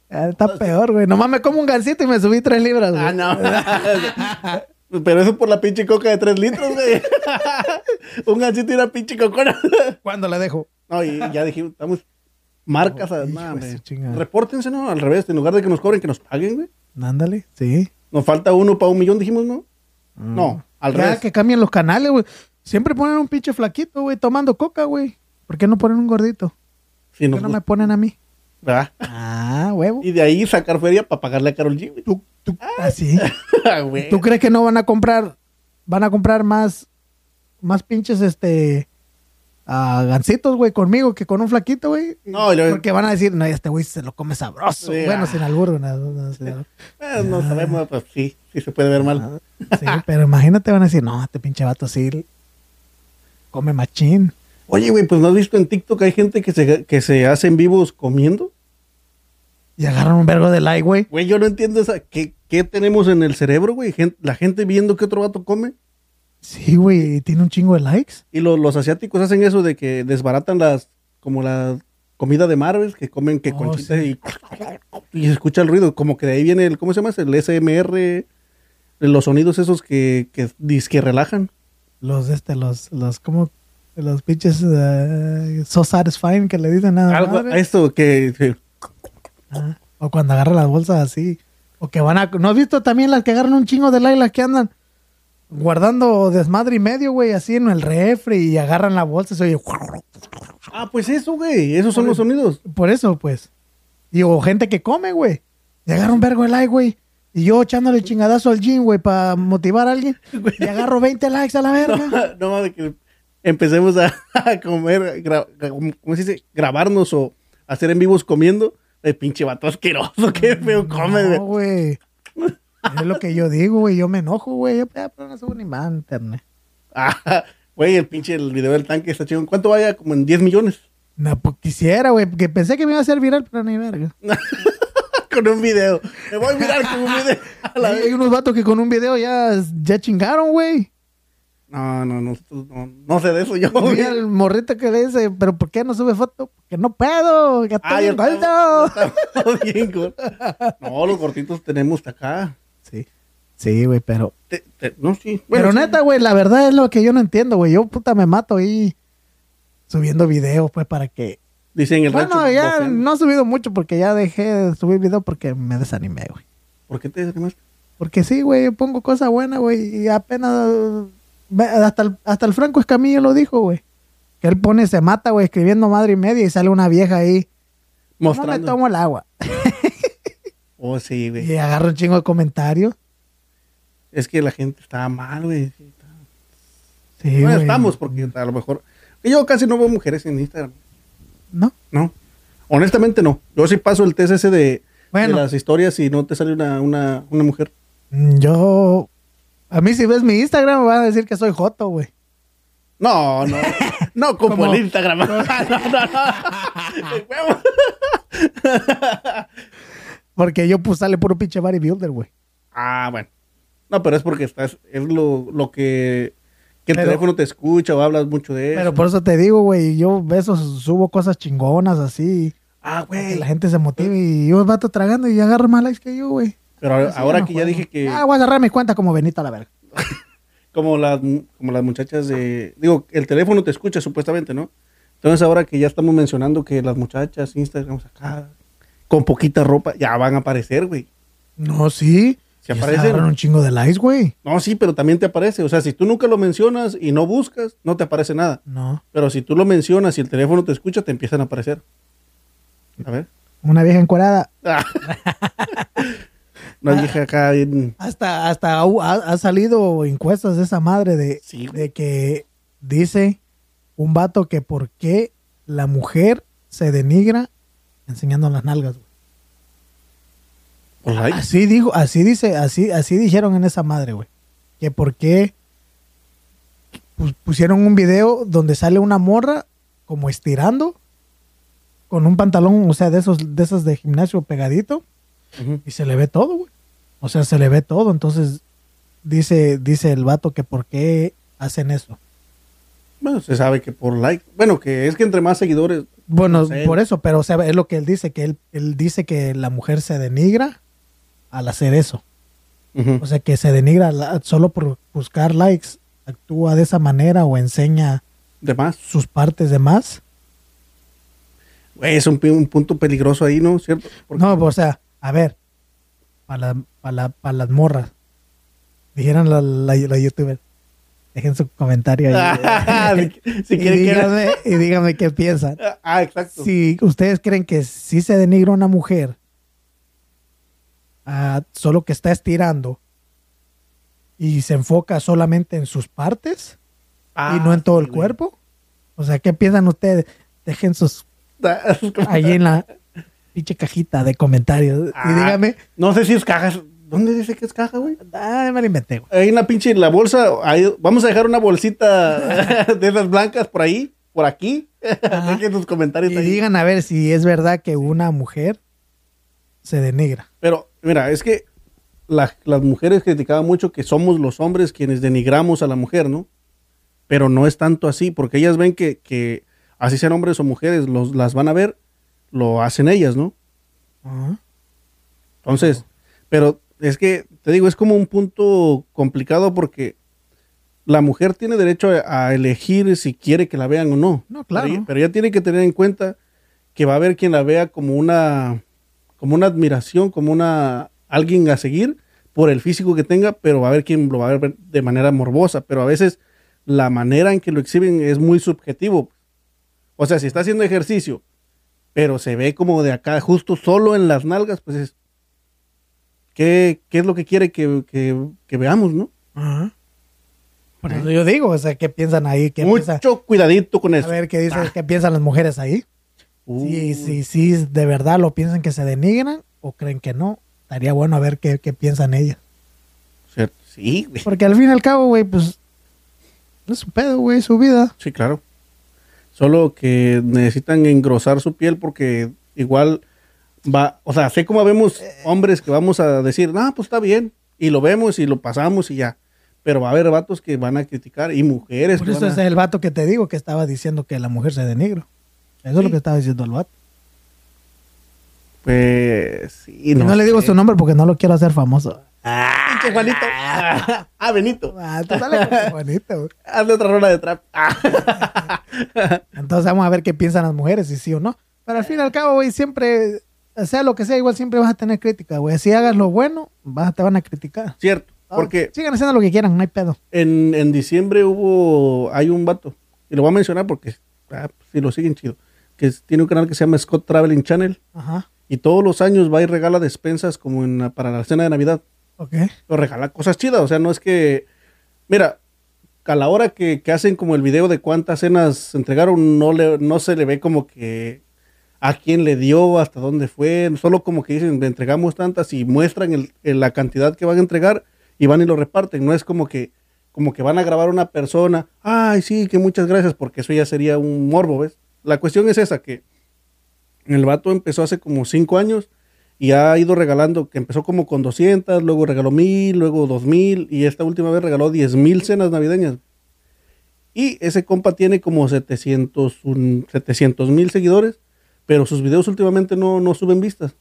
B: Ah, Está peor, güey. Nomás me como un gansito y me subí tres libras, güey.
A: Ah, no. Pero eso por la pinche coca de 3 litros, güey. Un ganchito y una pinche cocona.
B: ¿Cuándo la dejo?
A: No, y ya dijimos, estamos marcas.
B: Oh,
A: a-
B: hijo
A: nah,
B: de su
A: hombre.
B: chingada.
A: Repórtense, ¿no? Al revés, en lugar de que nos cobren, que nos paguen, güey.
B: Ándale, sí.
A: Nos falta uno para un millón, dijimos, ¿no? No, al
B: Mm. Ya
A: revés.
B: que cambian los canales, güey. Siempre ponen un pinche flaquito, güey, tomando coca, güey. ¿Por qué no ponen un gordito?
A: Sí,
B: ¿Por
A: nos
B: qué no me
A: gusta,
B: ponen a mí?
A: ¿verdad?
B: Ah, huevo.
A: Y de ahí sacar feria para pagarle a Carol G, güey.
B: ¿Tú, tú, así.
A: Ah, güey.
B: ¿Tú crees que no van a comprar, van a comprar más, más pinches, este, ah, gancitos, güey, conmigo que con un flaquito, güey?
A: No, y luego-
B: Porque van a decir, no, este güey se lo come sabroso.
A: Sí,
B: bueno,
A: ah.
B: sin albur, no, no, sin albur.
A: Eh, no sabemos, pues sí, sí se puede ver mal.
B: Ah, Sí, pero imagínate, van a decir, no, este pinche vato sí come machín.
A: Oye, güey, pues ¿no has visto en TikTok hay gente que se, que se hacen vivos comiendo?
B: Y agarran un vergo de like, güey.
A: Güey, yo no entiendo esa. ¿Qué, qué tenemos en el cerebro, güey? Gen- la gente viendo que otro vato come.
B: Sí, güey, y tiene un chingo de likes.
A: Y lo- los asiáticos hacen eso de que desbaratan las. como la comida de mar, ¿ves? que comen que
B: Oh,
A: conchita
B: sí.
A: y. y se escucha el ruido. Como que de ahí viene el. ¿Cómo se llama? ese? El SMR. Los sonidos esos que, que dizque relajan.
B: Los, este, los, los, como, los pinches eh, so satisfying que le dicen nada.
A: Algo, esto que. que-
B: Ah, O cuando agarran las bolsas así. O que van a. ¿No has visto también las que agarran un chingo de like, las que andan guardando desmadre y medio, güey, así en el refri y agarran la bolsa y se oye.
A: Ah, pues eso, güey. Esos son
B: Por
A: los
B: el-
A: sonidos.
B: Por eso, pues. Y o gente que come, güey. Y agarra un vergo de like, güey. Y yo echándole chingadazo al gym, güey, para motivar a alguien. Y agarro 20 likes a la verga.
A: no mames, que empecemos a, a comer, gra- ¿cómo cómo se dice? Grabarnos o hacer en vivos comiendo. El pinche vato asqueroso, qué feo come,
B: No,
A: güey.
B: güey. Es lo que yo digo, güey. Yo me enojo, güey. Yo, ah, pero no subo ni más a internet.
A: Ah, Güey, el pinche el video del tanque está chido. ¿En ¿Cuánto vaya? Como en 10 millones.
B: No, pues quisiera, güey. Que pensé que me iba a hacer viral, pero ni verga.
A: con un video. Me voy a mirar con un video. A la
B: Hay- hay
A: vez.
B: unos vatos que con un video ya, ya chingaron, güey.
A: No, no, no, no, no sé de eso yo. güey.
B: Mira el morrito que le dice, pero ¿por qué no sube foto? Porque no puedo, ya estoy
A: Ah, ya
B: gordo".
A: estamos- ya estamos bien gordo. No, los cortitos tenemos hasta acá.
B: Sí, sí, güey, pero...
A: Te- te- no, sí. Bueno,
B: pero
A: sí.
B: neta, güey, la verdad es lo que yo no entiendo, güey. Yo, puta, me mato ahí subiendo videos, pues, para que...
A: Dicen el
B: Bueno,
A: rancho,
B: ya
A: boceando.
B: no he subido mucho porque ya dejé de subir videos porque me desanimé, güey.
A: ¿Por qué te desanimaste?
B: Porque sí, güey, yo pongo cosas buenas, güey, y apenas... ve- Hasta el, hasta el Franco Escamillo lo dijo, güey. Que él pone, se mata, güey, escribiendo madre y media y sale una vieja ahí.
A: Mostrando.
B: No me tomo el agua.
A: Oh, sí, güey.
B: Y agarra un chingo de comentarios.
A: Es que la gente está mal, güey.
B: Sí,
A: Bueno,
B: güey.
A: estamos, porque a lo mejor. Yo casi no veo mujeres en Instagram.
B: No.
A: No. Honestamente, no. Yo sí paso el test ese de,
B: Bueno.
A: de las historias y no te sale una, una, una mujer.
B: Mm, Yo. A mí, si ves mi Instagram, me van a decir que soy Joto, güey.
A: No, no. No como
B: Como-
A: el Instagram. no, no, no. De huevo.
B: Porque yo, pues, sale puro pinche bodybuilder, güey.
A: Ah, bueno. No, pero es porque estás. Es lo, lo que. Que el
B: Pero-
A: teléfono te escucha o hablas mucho de eso.
B: Pero por eso te digo, güey, yo besos, subo cosas chingonas así.
A: ah,
B: para
A: güey.
B: Que la gente se motive y yo vato tragando y agarro más likes que yo, güey.
A: Pero ahora, ahora que ya dije que.
B: Ah, voy a cerrar mi cuenta como Benito a la verga.
A: Como las, como las muchachas de... Digo, el teléfono te escucha supuestamente, ¿no? Entonces ahora que ya estamos mencionando que las muchachas Instagram acá, con poquita ropa, ya van a aparecer, güey.
B: No, sí.
A: Se
B: Ya
A: aparecen.
B: agarraron un chingo de likes, güey.
A: No, sí, pero también te aparece. O sea, si tú nunca lo mencionas y no buscas, no te aparece nada.
B: No.
A: Pero si tú lo mencionas y el teléfono te escucha, te empiezan a aparecer. A ver.
B: Una vieja encuerada.
A: Ah. Una vieja acá bien-
B: Hasta, hasta ha, ha- ha salido encuestas de esa madre de,
A: Sí, güey.
B: de que dice un vato que por qué la mujer se denigra enseñando las nalgas, güey.
A: por like.
B: Así dijo, así dice, así, así dijeron en esa madre, güey. Que por qué pus- pusieron un video donde sale una morra como estirando con un pantalón, o sea, de esos, de esos de gimnasio pegadito,
A: Ujú.
B: y se le ve todo, güey. O sea, se le ve todo. Entonces, dice, dice el vato que por qué hacen eso.
A: Bueno, se sabe que por like. Bueno, que es que entre más seguidores...
B: Bueno,
A: No sé.
B: por eso, pero o sea, es lo que él dice, que él, él dice que la mujer se denigra al hacer eso.
A: Ujú.
B: O sea, que se denigra la- solo por buscar likes, actúa de esa manera o enseña
A: De más.
B: sus partes de más.
A: Güey, es un, pi- un punto peligroso ahí, ¿no? ¿Cierto? Porque-
B: No, o sea, a ver, para la, pa' la- pa' las morras, dijeran la, la, la youtuber, dejen su comentario
A: Ah,
B: ahí.
A: si- si
B: y,
A: quieren que-
B: díganme, y díganme qué piensan.
A: Ah, exacto.
B: Si ustedes creen que si se denigra una mujer, ah, solo que está estirando y se enfoca solamente en sus partes,
A: Ah,
B: y no en todo
A: sí,
B: el
A: güey.
B: cuerpo. O sea, ¿qué piensan ustedes? Dejen sus ahí en la pinche cajita de comentarios
A: Ah,
B: y díganme,
A: No sé si es caja. ¿Dónde dice que es caja, güey?
B: ah, me la inventé, güey.
A: Hay una pinche en la bolsa. ahí- vamos a dejar una bolsita de esas blancas por ahí, por aquí.
B: Ajá.
A: Dejen sus comentarios
B: Y
A: ahí.
B: digan a ver si es verdad que una mujer se denigra.
A: Pero, mira, es que la- las mujeres criticaban mucho que somos los hombres quienes denigramos a la mujer, ¿no? Pero no es tanto así, porque ellas ven que, que así sean hombres o mujeres, los, las van a ver, lo hacen ellas, ¿no? Ah,
B: Ajá.
A: Entonces, pero es que, te digo, es como un punto complicado porque la mujer tiene derecho a, a elegir si quiere que la vean o no.
B: No, claro.
A: Pero ella, pero ella tiene que tener en cuenta que va a haber quien la vea como una, como una admiración, como una alguien a seguir por el físico que tenga, pero va a haber quien lo va a ver de manera morbosa. Pero a veces la manera en que lo exhiben es muy subjetivo. O sea, si está haciendo ejercicio, pero se ve como de acá, justo solo en las nalgas, pues es, ¿qué, qué es lo que quiere que, que- que veamos, no? ah.
B: Ajá. Por eso yo digo, o sea, ¿qué piensan ahí? ¿Qué
A: Mucho Ah.
B: piensa-
A: cuidadito con
B: A
A: eso. Uh,
B: ver, ¿qué dicen? ¿Qué piensan las mujeres ahí? Sí,
A: Uy.
B: sí, sí, de verdad lo piensan que se denigran o creen que no. Estaría bueno a ver qué, qué piensan ellas.
A: Cierto. Sí, güey.
B: Porque al fin y al cabo, güey, pues es su pedo, güey, es su vida.
A: Sí, claro. Solo que necesitan engrosar su piel porque igual va, o sea, así como
B: Eh,
A: vemos hombres que vamos a decir, no, pues está bien, y lo vemos y lo pasamos y ya. Pero va a haber vatos que van a criticar y mujeres.
B: Por
A: que
B: eso
A: van
B: ese
A: a-
B: es el vato que te digo que estaba diciendo que la mujer se denigra. Eso es
A: Sí.
B: lo que estaba diciendo el vato.
A: Pues sí,
B: Y no, le digo
A: sé.
B: su nombre porque no lo quiero hacer famoso.
A: Pinche Juanito. Ah, Benito.
B: Ah, tú dale con tu Juanito, güey.
A: Hazle otra rola de trap. Ah.
B: Entonces vamos a ver qué piensan las mujeres, si sí o no. Pero al fin y al cabo, güey, siempre, sea lo que sea, igual siempre vas a tener crítica, güey. Si hagas lo bueno, vas, te van a criticar.
A: Cierto, porque
B: Sigan haciendo lo que quieran, no hay pedo.
A: En, en diciembre hubo, hay un vato, y lo voy a mencionar porque ah, si lo siguen chido, que es- tiene un canal que se llama Scott Traveling Channel
B: Ajá.
A: y todos los años va y regala despensas como en la- para la cena de Navidad.
B: Ok.
A: Pero regala cosas chidas, o sea, no es que. Mira, a la hora que, que hacen como el video de cuántas cenas se entregaron, no, le, no se le ve como que a quién le dio, hasta dónde fue, solo como que dicen, le entregamos tantas y muestran el- el- la cantidad que van a entregar y van y lo reparten, no es como que como que van a grabar a una persona, ay sí, que muchas gracias, porque eso ya sería un morbo, ¿ves? La cuestión es esa, que el vato empezó hace como cinco años y ha ido regalando, que empezó como con 200, luego regaló 1000, luego 2000 y esta última vez regaló 10,000 cenas navideñas. Y ese compa tiene como 700 mil seguidores, pero sus videos últimamente no, no suben vistas.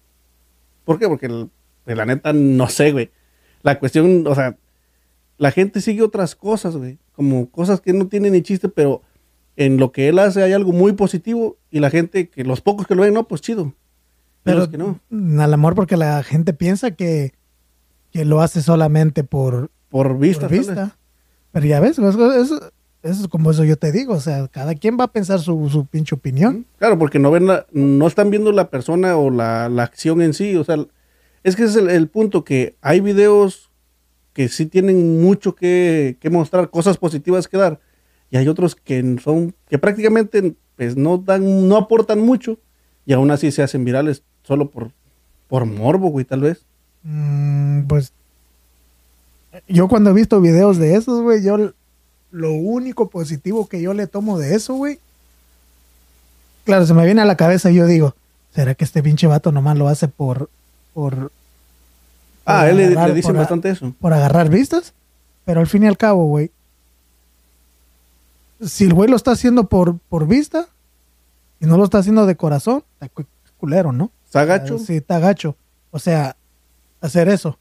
A: ¿Por qué? Porque el- pues, la neta no sé, güey. La cuestión, o sea, la gente sigue otras cosas, güey. Como cosas que no tienen ni chiste, pero en lo que él hace hay algo muy positivo y la gente, que los pocos que lo ven, no, pues chido. Pero
B: Pero
A: los que no,
B: al amor porque la gente piensa que, que lo hace solamente por,
A: por
B: por
A: vistas. tal vez.
B: vista. Pero ya ves, eso, eso- eso es como eso yo te digo. O sea, cada quien va a pensar su, su pinche opinión.
A: Claro, porque no ven la- no están viendo la persona o la, la acción en sí. O sea, es que ese es el, el punto, que hay videos que sí tienen mucho que, que mostrar, cosas positivas que dar. Y hay otros que son, que prácticamente pues no dan, no aportan mucho, y aún así se hacen virales solo por, por morbo, güey, tal vez.
B: Mm, pues yo cuando he visto videos de esos, güey, yo l- lo único positivo que yo le tomo de eso, güey. Claro, se me viene a la cabeza y yo digo, ¿será que este pinche vato nomás lo hace por, por,
A: Ah, a él le,
B: agarrar-
A: le dicen
B: por a-
A: bastante eso.
B: por agarrar vistas, pero al fin y al cabo, güey, si el güey lo está haciendo por, por vista y no lo está haciendo de corazón, está cu- culero, ¿no?
A: Está gacho.
B: Ah, Sí, está gacho. O sea, hacer eso,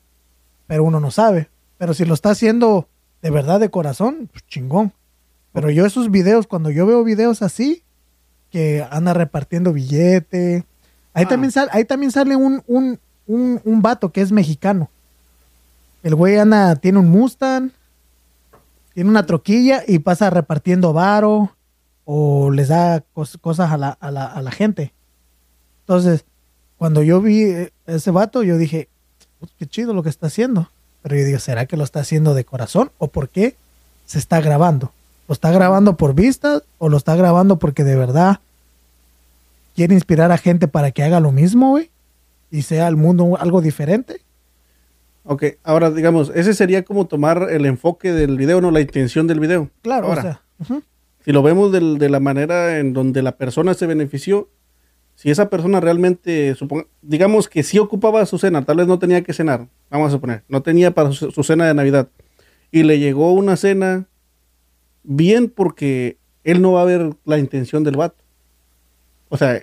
B: pero uno no sabe. Pero si lo está haciendo de verdad de corazón, pues chingón. Pero yo esos videos, cuando yo veo videos así, que anda repartiendo billete, ahí,
A: Ah.
B: también, sale, ahí también sale un, un, un, un vato que es mexicano. El güey anda, tiene un Mustang, tiene una troquilla y pasa repartiendo varo o les da cos- cosas a la, a, la, a la gente. Entonces, cuando yo vi eh, ese vato, yo dije, "Uy, qué chido lo que está haciendo. Pero yo digo, ¿será que lo está haciendo de corazón o por qué se está grabando? ¿Lo está grabando por vistas o lo está grabando porque de verdad quiere inspirar a gente para que haga lo mismo, güey? Y sea al mundo algo diferente.
A: Ok, ahora digamos, ese sería como tomar el enfoque del video, no la intención del video.
B: Claro,
A: Ahora,
B: o sea, ujú,
A: si lo vemos del- de la manera en donde la persona se benefició, si esa persona realmente, suponga- digamos que sí ocupaba su cena, tal vez no tenía que cenar, vamos a suponer, no tenía para su, su cena de Navidad, y le llegó una cena bien porque él no va a ver la intención del vato. O sea,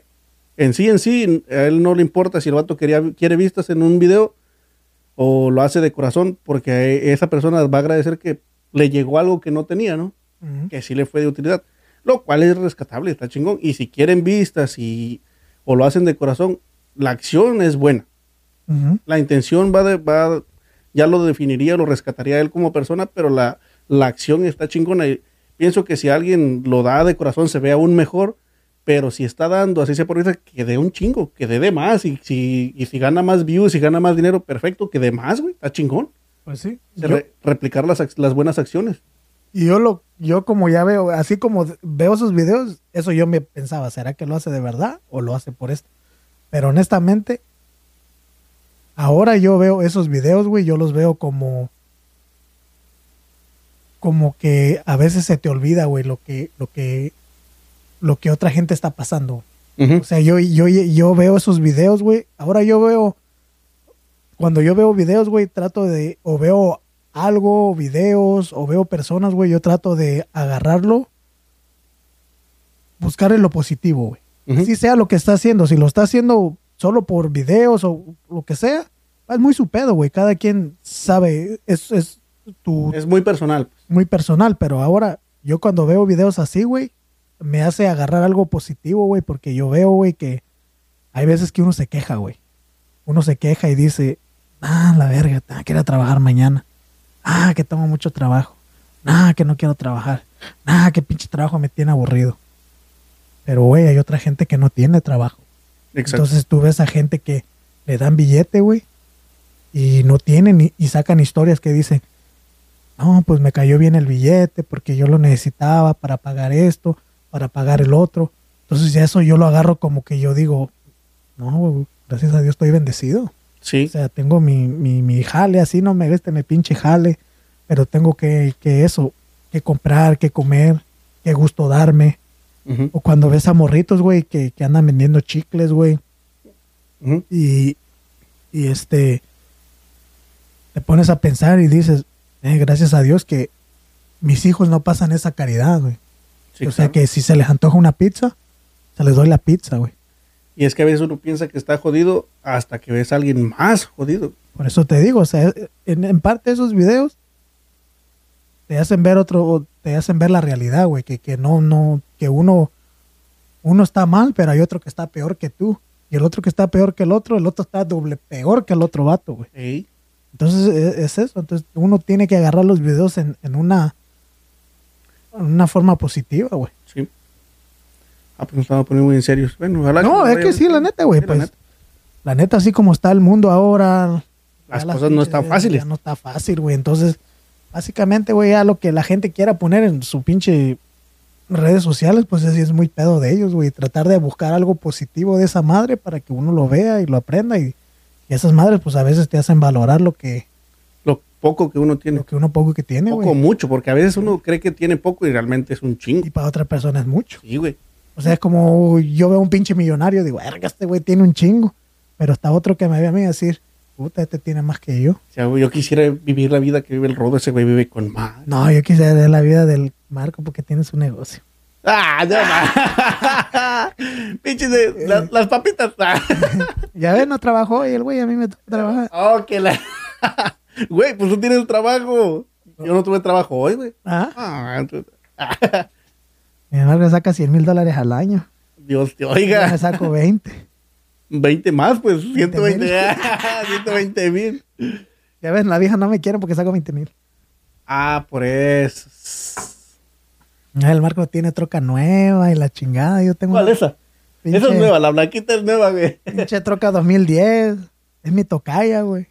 A: en sí, en sí, a él no le importa si el vato quería, quiere vistas en un video o lo hace de corazón, porque esa persona va a agradecer que le llegó algo que no tenía, ¿no?
B: ujú.
A: que sí le fue de utilidad, lo cual es rescatable, está chingón. Y si quieren vistas y, o lo hacen de corazón, la acción es buena.
B: Ujú.
A: La intención va de, va, ya lo definiría, lo rescataría él como persona, pero la, la acción está chingona. Y pienso que si alguien lo da de corazón se ve aún mejor, pero si está dando, así se por vista, que dé un chingo, que dé de más. Y si, y si gana más views, si gana más dinero, perfecto, que dé más, güey, está chingón.
B: Pues sí.
A: Se
B: Yo-
A: re- replicar las, ac- las buenas acciones.
B: Y yo lo, yo como ya veo, así como veo sus videos, eso yo me pensaba, ¿será que lo hace de verdad o lo hace por esto? Pero honestamente, ahora yo veo esos videos, güey, yo los veo como, como que a veces se te olvida, güey, lo que, lo que, lo que otra gente está pasando. güey.
A: Pues,
B: O sea, yo, yo, yo veo esos videos, güey. Ahora yo veo. Cuando yo veo videos, güey, trato de. O veo algo, videos, o veo personas, güey. Yo trato de agarrarlo. Buscarle lo positivo, güey.
A: Ujú.
B: Así sea lo que está haciendo. Si lo está haciendo solo por videos o lo que sea, es muy su pedo, güey. Cada quien sabe. Es, es tu,
A: Es muy personal.
B: muy personal, pero ahora yo cuando veo videos así, güey, me hace agarrar algo positivo, güey, porque yo veo, güey, que hay veces que uno se queja, güey. Uno se queja y dice, ah, la verga, tengo que ir a trabajar mañana. Ah, que tengo mucho trabajo. Ah, que no quiero trabajar. Ah, que pinche trabajo me tiene aburrido. Pero, güey, hay otra gente que no tiene trabajo.
A: Exacto.
B: Entonces tú ves a gente que le dan billete, güey. y no tienen y, y sacan historias que dicen, no, pues me cayó bien el billete porque yo lo necesitaba para pagar esto, para pagar el otro. Entonces ya eso yo lo agarro como que yo digo, no, gracias a Dios estoy bendecido.
A: Sí.
B: O sea, tengo mi, mi, mi jale, así no me este me pinche jale, pero tengo que, que eso, que comprar, que comer, que gusto darme.
A: Ujú,
B: O cuando ves a morritos, güey, que, que andan vendiendo chicles, güey,
A: ujú.
B: y, y este, te pones a pensar y dices, eh, gracias a Dios que mis hijos no pasan esa caridad, güey.
A: Sí,
B: o sea
A: claro.
B: que si se les antoja una pizza, se les doy la pizza, güey.
A: Y es que a veces uno piensa que está jodido hasta que ves a alguien más jodido.
B: Por eso te digo, o sea, en, en parte esos videos te hacen ver otro, te hacen ver la realidad, güey, que, que no, no, que uno, uno está mal, pero hay otro que está peor que tú. Y el otro que está peor que el otro, el otro está doble peor que el otro vato, güey.
A: Ey,
B: Entonces e- es, eso, entonces uno tiene que agarrar los videos en, en una, en una forma positiva, güey.
A: sí. Ah, pues nos estamos poniendo muy en serios. Bueno, ojalá
B: No,
A: nos
B: es
A: vaya
B: que
A: bien.
B: sí, la neta, güey,
A: Sí, la
B: pues.
A: neta.
B: La neta, así como está el mundo ahora.
A: Las
B: ya
A: cosas no
B: pinches
A: están
B: redes ya
A: fáciles.
B: No está fácil, güey. Entonces, básicamente, güey, ya lo que la gente quiera poner en su pinche redes sociales, pues así es muy pedo de ellos, güey. Tratar de buscar algo positivo de esa madre para que uno lo vea y lo aprenda. Y, y esas madres, pues a veces te hacen valorar lo que,
A: Lo poco que uno tiene.
B: lo que uno poco que tiene,
A: Poco o
B: güey.
A: mucho, porque a veces uno cree que tiene poco y realmente es un chingo.
B: Y para otra persona es mucho.
A: Sí, güey.
B: O sea, es como yo veo a un pinche millonario, digo, verga, este güey tiene un chingo. Pero está otro que me ve a mí decir, puta, este tiene más que yo.
A: O sea, güey, yo quisiera vivir la vida que vive el rodo, ese güey vive con más.
B: No, yo quisiera ver la vida del Marco porque tiene su negocio.
A: Ah, no más. Pinches de
B: Eh.
A: las, las papitas.
B: Ya ves, no trabajó y el güey a mí me toca trabajar.
A: oh, que la. Güey, pues tú tienes trabajo. Yo no tuve trabajo hoy, güey.
B: Ah,
A: Ah, tú-
B: mi Marco saca 100 mil dólares al año.
A: Dios te
B: Yo me
A: oiga.
B: saco 20.
A: 20 más, pues 120.
B: 20,000.
A: 120 mil.
B: Ya ves, la vieja no me quiere porque saco 20 mil.
A: Ah, por eso.
B: El Marco tiene troca nueva y la chingada. Yo tengo
A: ¿Cuál
B: una
A: es esa?
B: pinche-
A: Esa es nueva, la blanquita es nueva, güey.
B: pinche troca 2010. Es mi tocaya, güey.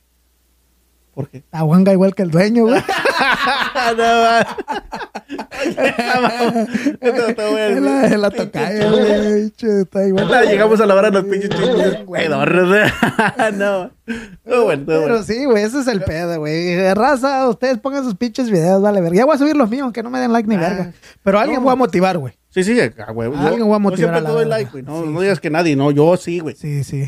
A: ¿Por qué?
B: Tahuanga igual que el dueño, güey.
A: Ah, no más. Esto te voy a
B: Es
A: decir.
B: la, es la tocaya, güey. Pinche, está igual.
A: Ah, Llegamos a la hora de los pinches chistes. Güey, no, no. No, bueno, no,
B: Pero
A: bueno.
B: sí, güey, ese es el pedo, güey. Raza, ustedes pongan sus pinches videos, vale verga. Ya voy a subir los míos, que no me den like ni
A: Ah.
B: verga. Pero alguien
A: No.
B: voy a motivar, güey.
A: Sí, sí, a huevo.
B: Ah, Alguien
A: Yo-
B: voy
A: yo
B: a motivar
A: siempre
B: a la
A: te doy
B: verga.
A: like, güey. No,
B: Sí,
A: no digas que nadie, no, yo sí, güey.
B: Sí, sí.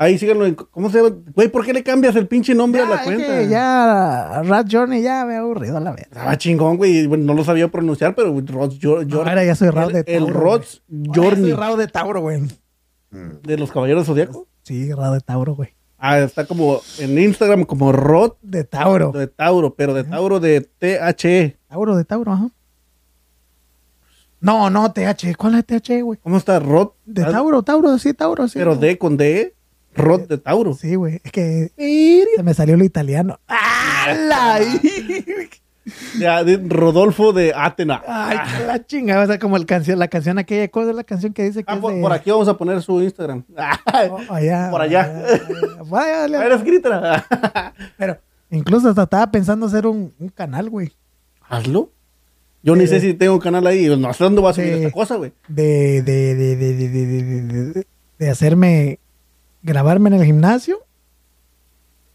A: Ahí síganlo. en- ¿Cómo se llama? Güey, ¿por qué le cambias el pinche nombre
B: Ya,
A: a la
B: es
A: cuenta?
B: que ya Rat Journey ya me ha aburrido a la verga.
A: Estaba chingón, güey. y, bueno, no lo sabía pronunciar, pero Rods Jor- Jor-
B: Ahora ya soy Rao
A: el-
B: de Tauro.
A: El Rods
B: güey. Ahora
A: Journey
B: Soy Rao de Tauro, güey.
A: de los Caballeros Zodíaco.
B: Sí, Rao de Tauro, güey.
A: Ah, está como en Instagram como Rod
B: De Tauro.
A: de Tauro, pero de Tauro de E. THE.
B: Tauro de Tauro, ajá. No, no, TH. ¿Cuál es TH, güey?
A: ¿Cómo está? Rod
B: De Tauro, Tauro, sí, Tauro, sí. Eh,
A: Pero D con D, Rod de Tauro.
B: Sí, güey. Es que se me salió lo italiano. ¡Ah, la hi-
A: Ya, de Rodolfo de Atena.
B: Ay, qué la chingada. O sea, como el canción, la canción aquella, ¿cuál es la canción que dice que
A: Ah,
B: es
A: por,
B: de-
A: por aquí vamos a poner su Instagram.
B: Oh, allá,
A: por allá.
B: allá. Vaya,
A: A
B: vale.
A: ver, escríbela.
B: Pero incluso hasta estaba pensando hacer un, un canal, güey.
A: Hazlo. Yo ni
B: Sí.
A: sé si tengo un canal ahí. No sé dónde va a subir
B: Sí.
A: esta cosa, güey.
B: De, de, de, de, de, de, de- de- de- de hacerme, grabarme en el gimnasio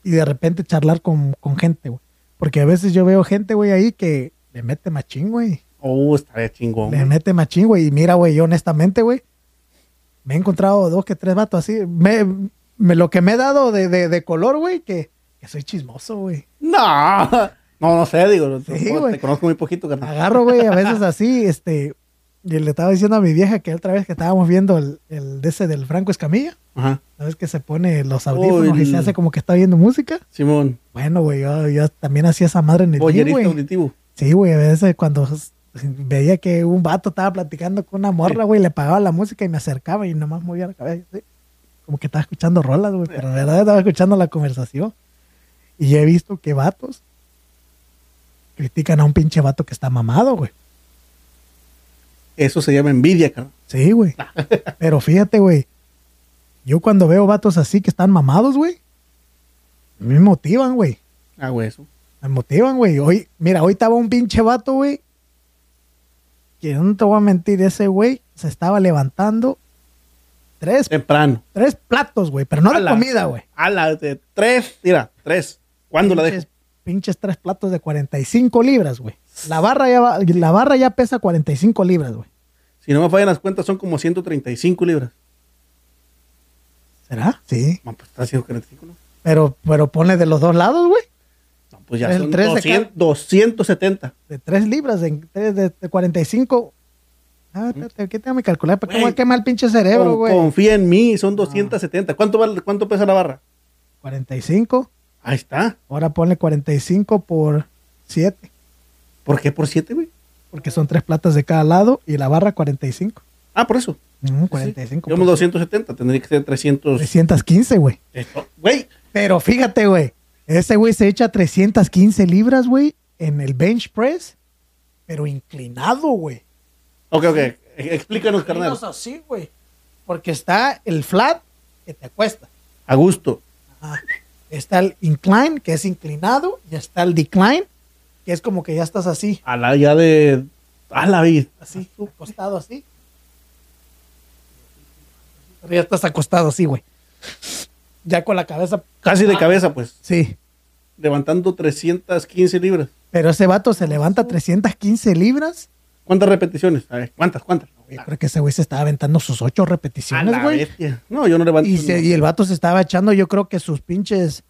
B: y de repente charlar con, con gente, güey. Porque a veces yo veo gente, güey, ahí que le mete machín, güey.
A: Oh, estaría chingón.
B: Le mete machín, güey. Y mira, güey, yo honestamente, güey, me he encontrado dos que tres vatos así. Me, me- lo que me he dado de, de, de color, güey, que, que soy chismoso, güey.
A: No. No, no sé, digo. no-
B: Sí,
A: no,
B: güey.
A: te conozco muy poquito, carnal.
B: Agarro, güey, a veces así, este. Y le estaba diciendo a mi vieja que otra vez que estábamos viendo el, el de ese del Franco Escamilla,
A: Ajá.
B: ¿sabes? Que se pone los audífonos y
A: el-
B: se hace como que está viendo música.
A: Simón,
B: Bueno, güey, yo, yo también hacía esa madre en el gym,
A: bollerista
B: güey.
A: auditivo.
B: Sí, güey, a veces cuando s- veía que un vato estaba platicando con una morra, güey, le pagaba la música y me acercaba y nomás movía la cabeza. así. Como que estaba escuchando rolas, güey, pero de verdad estaba escuchando la conversación. Y he visto que vatos critican a un pinche vato que está mamado, güey.
A: Eso se llama envidia, carnal.
B: Sí, güey. Pero fíjate, güey. Yo cuando veo vatos así que están mamados, güey, Me motivan, güey.
A: Hago Ah, eso.
B: Me motivan, güey. Hoy, mira, hoy estaba un pinche vato, güey. Que no te voy a mentir, ese güey se estaba levantando tres,
A: Temprano.
B: tres platos, güey. Pero no de
A: Ala.
B: comida, güey.
A: A las de tres, mira, tres. ¿Cuándo la
B: pinches,
A: dejo?
B: pinches tres platos de 45 libras, güey. La barra ya va- la barra ya pesa 45 libras, güey.
A: Si no me fallan las cuentas, son como 135 libras.
B: ¿Será? Sí.
A: No, pues está 145, ¿no?
B: Pero, pero pone de los dos lados, güey.
A: No, pues ya
B: El
A: son
B: tres de
A: 200,
B: cada-
A: 270.
B: De 3 libras, de, de, de- de 45. Ah, espérate, aquí tengo que calcular. ¿Para cómo
A: Güey.
B: quema el pinche cerebro,
A: Con-
B: Eh, güey? Ah.
A: confía en mí, son 270. ¿Cuánto, vale- ¿Cuánto pesa la barra?
B: 45.
A: Ahí está.
B: Ahora ponle 45 por 7.
A: ¿Por qué por 7, güey?
B: Porque son tres platas de cada lado y la barra 45.
A: Ah, por eso.
B: Mm,
A: Sí.
B: 45.
A: Llevamos 270, tendría que ser 300.
B: 315, güey.
A: Esto- Güey,
B: Pero fíjate, güey. Ese güey se echa 315 libras, güey, en el bench press, pero inclinado, güey.
A: ok, ok. e- Explícanos, carnal.
B: Menos así, güey. Porque está el flat que te acuesta.
A: A gusto.
B: Ajá. Está el incline, que es inclinado, y está el decline, que es como que ya estás así,
A: A la ya de. A la vida.
B: así, acostado así. Pero ya estás acostado así, güey. Ya con la cabeza. Ah.
A: Casi de cabeza, pues.
B: Sí.
A: Levantando 315 libras.
B: Pero ese vato se levanta 315 libras.
A: ¿Cuántas repeticiones? A ver, ¿cuántas? ¿Cuántas?
B: Yo creo que ese güey se estaba aventando sus ocho
A: A
B: repeticiones,
A: la
B: güey.
A: bestia. No, yo no levanto.
B: Y, se- y el vato se estaba echando, yo creo que sus pinches.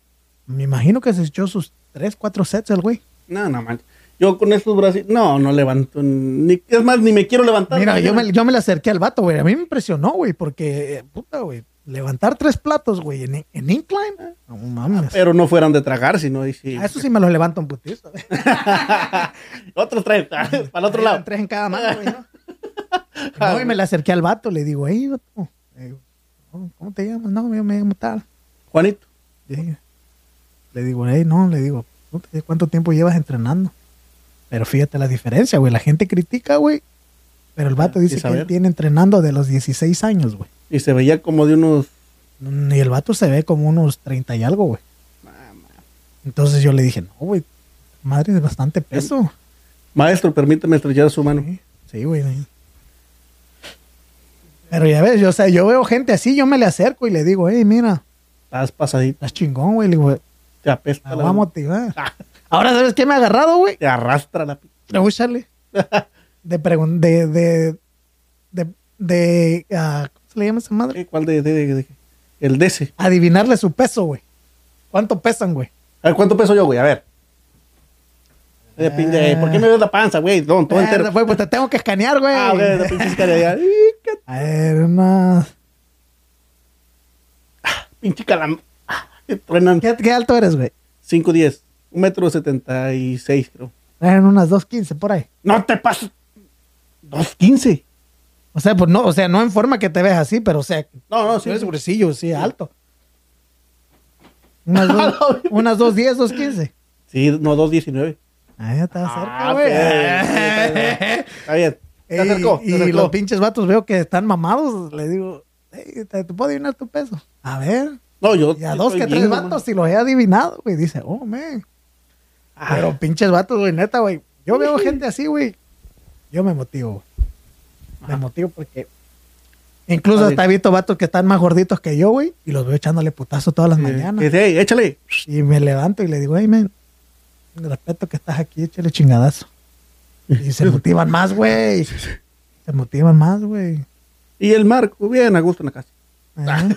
B: Me imagino que se echó sus tres, cuatro sets el güey.
A: No, no manches. Yo con estos brazos. No, no levanto. Ni, es más, ni me quiero levantar.
B: Mira, yo me,
A: Mira.
B: yo me le acerqué al vato, güey. A mí me impresionó, güey, porque, eh, puta, güey, levantar tres platos, güey, en, en incline. No mames.
A: Pero no fueran de tragar, sino. Y sí.
B: A Ah, eso sí me los levanto un putizo.
A: Otros tres. Para el otro
B: Eran
A: lado.
B: Tres en cada mano, güey, ¿no? No, y me le acerqué al vato, le digo, hey, vato. Le digo, "Oh, ¿Cómo te llamas? No, yo me llamo tal.
A: Juanito.
B: Le digo- Le digo, hey, no, le digo, puta, ¿cuánto tiempo llevas entrenando? Pero fíjate la diferencia, güey. La gente critica, güey. Pero el vato
A: Ah,
B: dice
A: sí,
B: que él
A: saber.
B: tiene entrenando de los 16 años, güey.
A: Y se veía como de unos.
B: Mm, Y el vato se ve como unos 30 y algo, güey. Entonces yo le dije, no, güey, madre, es bastante peso.
A: Maestro, permítame estrellar su mano.
B: Sí, güey. güey. Pero ya ves, yo, o sea, yo veo gente así, yo me le acerco y le digo, hey, mira,
A: Estás pasadito.
B: estás chingón, güey. Le digo,
A: Te apesta.
B: me
A: la-
B: voy a motivar.
A: Ah,
B: Ahora, ¿sabes qué me ha agarrado, güey?
A: te arrastra la.
B: Le voy a echarle. De pregun- de, de, de, de, ah, ¿cómo se le llama esa madre?
A: ¿Qué? ¿Eh? ¿Cuál de, de- de- de- El de ese.
B: Adivinarle su peso, güey. ¿Cuánto pesan, güey?
A: A ver, ¿cuánto peso yo, güey? A ver. Eh, pin- eh, ¿Por qué me ves la panza, güey? No, todo entero.
B: Verga, güey, Ah. pues te tengo que escanear, güey.
A: Ah, güey, la pinche cara ya. Ih, qué
B: A ver, unas.
A: Pinche calam... Ah, que Truenan.
B: ¿Qué, qué alto eres, güey?
A: 5'10. Un metro setenta y seis, creo.
B: Eran unas 2.15 por ahí.
A: No te pases. 2'15.
B: O sea, pues no, o sea, no en forma que te veas así, pero o sea,
A: No, no,
B: tú
A: sí.
B: eres gruesillo, sí, alto. Unas, dos, unas 2.10, 2.15.
A: Sí, no, 2'19.
B: Ahí está cerca,
A: Ah,
B: güey.
A: sí, sí, Está bien. Te
B: Ey,
A: acercó.
B: y
A: Te acercó.
B: los pinches vatos veo que están mamados. Le digo, "Ey, te, te puedo adivinar tu peso. A ver.
A: No, yo.
B: Y a
A: yo
B: dos
A: estoy
B: que tres
A: bien,
B: vatos,
A: nomás.
B: si los he adivinado, güey. Dice, oh, man.
A: Ah,
B: Pero pinches vatos, güey, neta, güey. Yo veo gente así, güey. Yo me motivo. güey. Me motivo porque. Incluso
A: Vale.
B: hasta he visto vatos que están más gorditos que yo, güey. Y los veo echándole putazo todas las mañanas.
A: eh, que- ey, échale.
B: Y me levanto y le digo, hey, man. Respeto que estás aquí, échale chingadazo. Y se motivan más, güey. Se motivan más, güey.
A: Y el Marco, bien a gusto en la casa. Ah.
B: Ajá.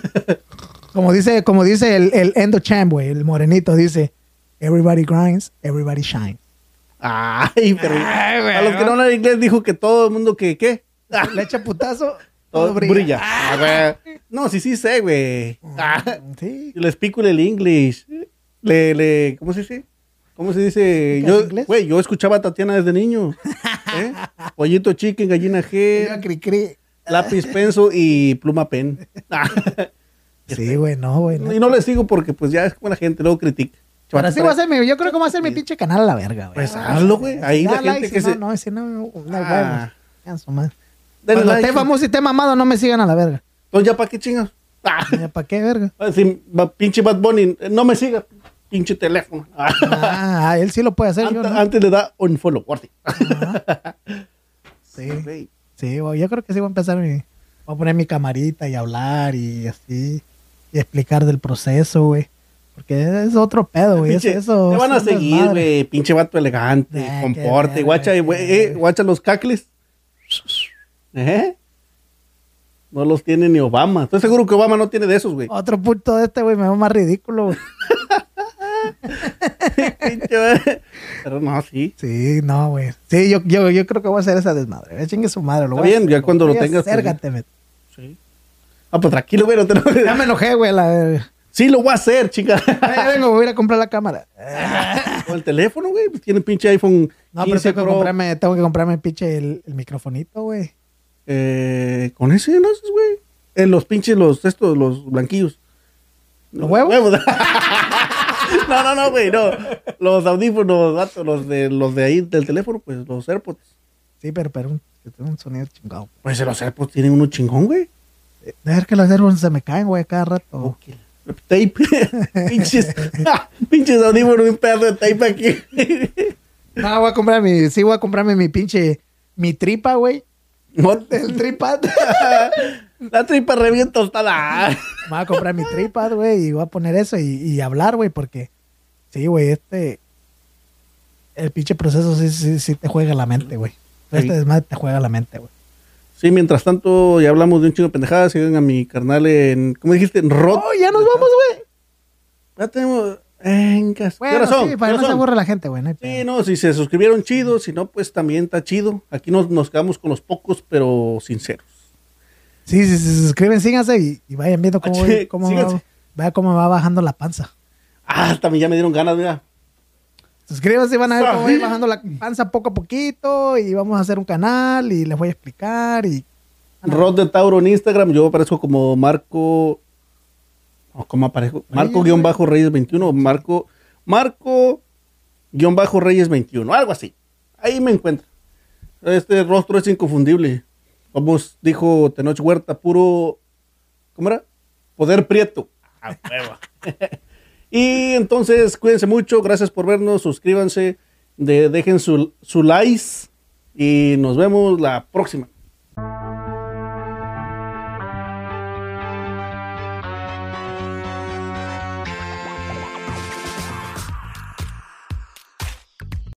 B: Como dice, como dice el, el Endo Champ, güey, el morenito, dice, everybody grinds, everybody shines.
A: Ay, pero.
B: Ay, güey,
A: a los que no hablan inglés dijo que todo el mundo que, ¿qué? Ah,
B: Le echa putazo,
A: todo brilla. Ah, güey. No, sí, sí sé, güey. Ah,
B: Sí.
A: yo les pico el English. Le, le, ¿cómo se dice? ¿Cómo se dice?
B: ¿Picas
A: Yo,
B: inglés?
A: güey, yo escuchaba a Tatiana desde niño. ¿Eh? Pollito chicken, gallina
B: Mira,
A: G,
B: cri, cri.
A: lápiz penso y pluma pen. Ah, Este.
B: Sí, güey, no, güey. no.
A: y no les digo porque pues ya es como la gente luego critica.
B: Pero así voy a hacer mi, yo creo que voy a hacer mi pinche canal a la verga, güey.
A: Pues hazlo, güey. Ahí la
B: Da
A: gente
B: likes,
A: que
B: no,
A: se-
B: No, si no, no, no,
A: Ah.
B: güey, canso, man.
A: Denle
B: Cuando
A: like.
B: esté famoso y esté mamado, no me sigan a la verga.
A: Entonces ya para qué chingas. Ah.
B: ¿Para qué verga?
A: Ah, sí, va- pinche Bad Bunny, eh, no me siga. pinche teléfono.
B: Ah, él sí lo puede hacer. yo
A: antes,
B: no.
A: antes le da un follow, guarde.
B: Sí, sí, güey, yo creo que sí voy a empezar mi- Voy a poner mi camarita y hablar y así. Y explicar del proceso, güey. Porque es otro pedo, güey. Eso,
A: Pinche,
B: eso,
A: te van a
B: eso es
A: seguir,
B: madre.
A: güey. Pinche vato elegante,
B: Ah, qué
A: comporte,
B: verga,
A: guacha, y
B: qué
A: güey, eh,
B: verga.
A: guacha los cacles. ¿Eh? No los tiene ni Obama. Estoy seguro que Obama no tiene de esos, güey.
B: Otro punto de este, güey, me veo más ridículo, güey.
A: Pinche, güey. Pero no, sí.
B: Sí, no, güey. Sí, yo, yo, yo creo que voy a hacer esa desmadre. güey. Chingue su madre, lo
A: Está
B: voy a
A: bien,
B: hacer,
A: ya cuando lo
B: voy a
A: tengas, pues,
B: acércate, me-
A: Ah, pues tranquilo, güey. no te lo-
B: Ya me enojé, güey. La...
A: Sí, lo voy a hacer, chica.
B: Ya vengo, voy a ir a comprar la cámara.
A: Con el teléfono, güey. Pues tiene pinche iPhone.
B: No, pero
A: 15
B: tengo que
A: Pro.
B: comprarme, tengo que comprarme pinche el, el microfonito, güey.
A: Eh, con ese no haces, güey. En los pinches, los estos, los blanquillos.
B: ¿Los huevos?
A: no, no, no, güey, no. Los audífonos, vato, los de, los de ahí del teléfono, pues los AirPods.
B: Sí, pero, pero un, que tenga un sonido chingado.
A: Pues los AirPods tienen uno chingón, güey.
B: Eh, Dejar que los airpods se me caen, güey, cada rato.
A: Tape. pinches, pinches audífonos, un pedazo de tape aquí.
B: No, voy a comprar mi, sí, voy a comprarme mi pinche, mi tripa, güey.
A: No te-
B: El tripad.
A: La tripa re bien tostada.
B: Me voy a comprar mi tripad, güey, y voy a poner eso y, y hablar, güey, porque sí, güey, este. El pinche proceso sí, sí, sí te juega la mente, güey. Este desmadre te juega la mente, güey.
A: Sí, mientras tanto, ya hablamos de un chingo de pendejadas. Sigan a mi carnal en, ¿cómo dijiste? En Rod.
B: ¡Oh, ya nos vamos, güey!
A: Ya tenemos. Venga, ¿qué
B: Bueno,
A: horas son?
B: sí,
A: ¿Qué
B: para
A: horas
B: que no se
A: son?
B: aburre la gente, güey. no hay
A: Sí,
B: pedo.
A: no, si se suscribieron, chido. Si no, pues también está chido. Aquí nos, nos quedamos con los pocos, pero sinceros.
B: Sí, sí, sí, suscriben, síganse y, y vayan viendo cómo,
A: Ah,
B: voy-
A: sí,
B: cómo,
A: síganse.
B: va, vea cómo va bajando la panza.
A: Ah, también ya me dieron ganas, mira.
B: Suscríbanse y van a ver cómo va a ir
A: Ajá.
B: bajando la panza poco a poquito y vamos a hacer un canal y les voy a explicar y
A: Rod de Tauro en Instagram. Yo aparezco como Marco. o ¿Cómo aparezco? Marco-Reyes21. Marco. Marco-Reyes21. Algo así. Ahí me encuentro. Este rostro es inconfundible. Como dijo Tenoch Huerta, puro. ¿Cómo era? Poder prieto. A huevo. y entonces, cuídense mucho. Gracias por vernos. Suscríbanse. de- dejen su, su likes. Y nos vemos la próxima.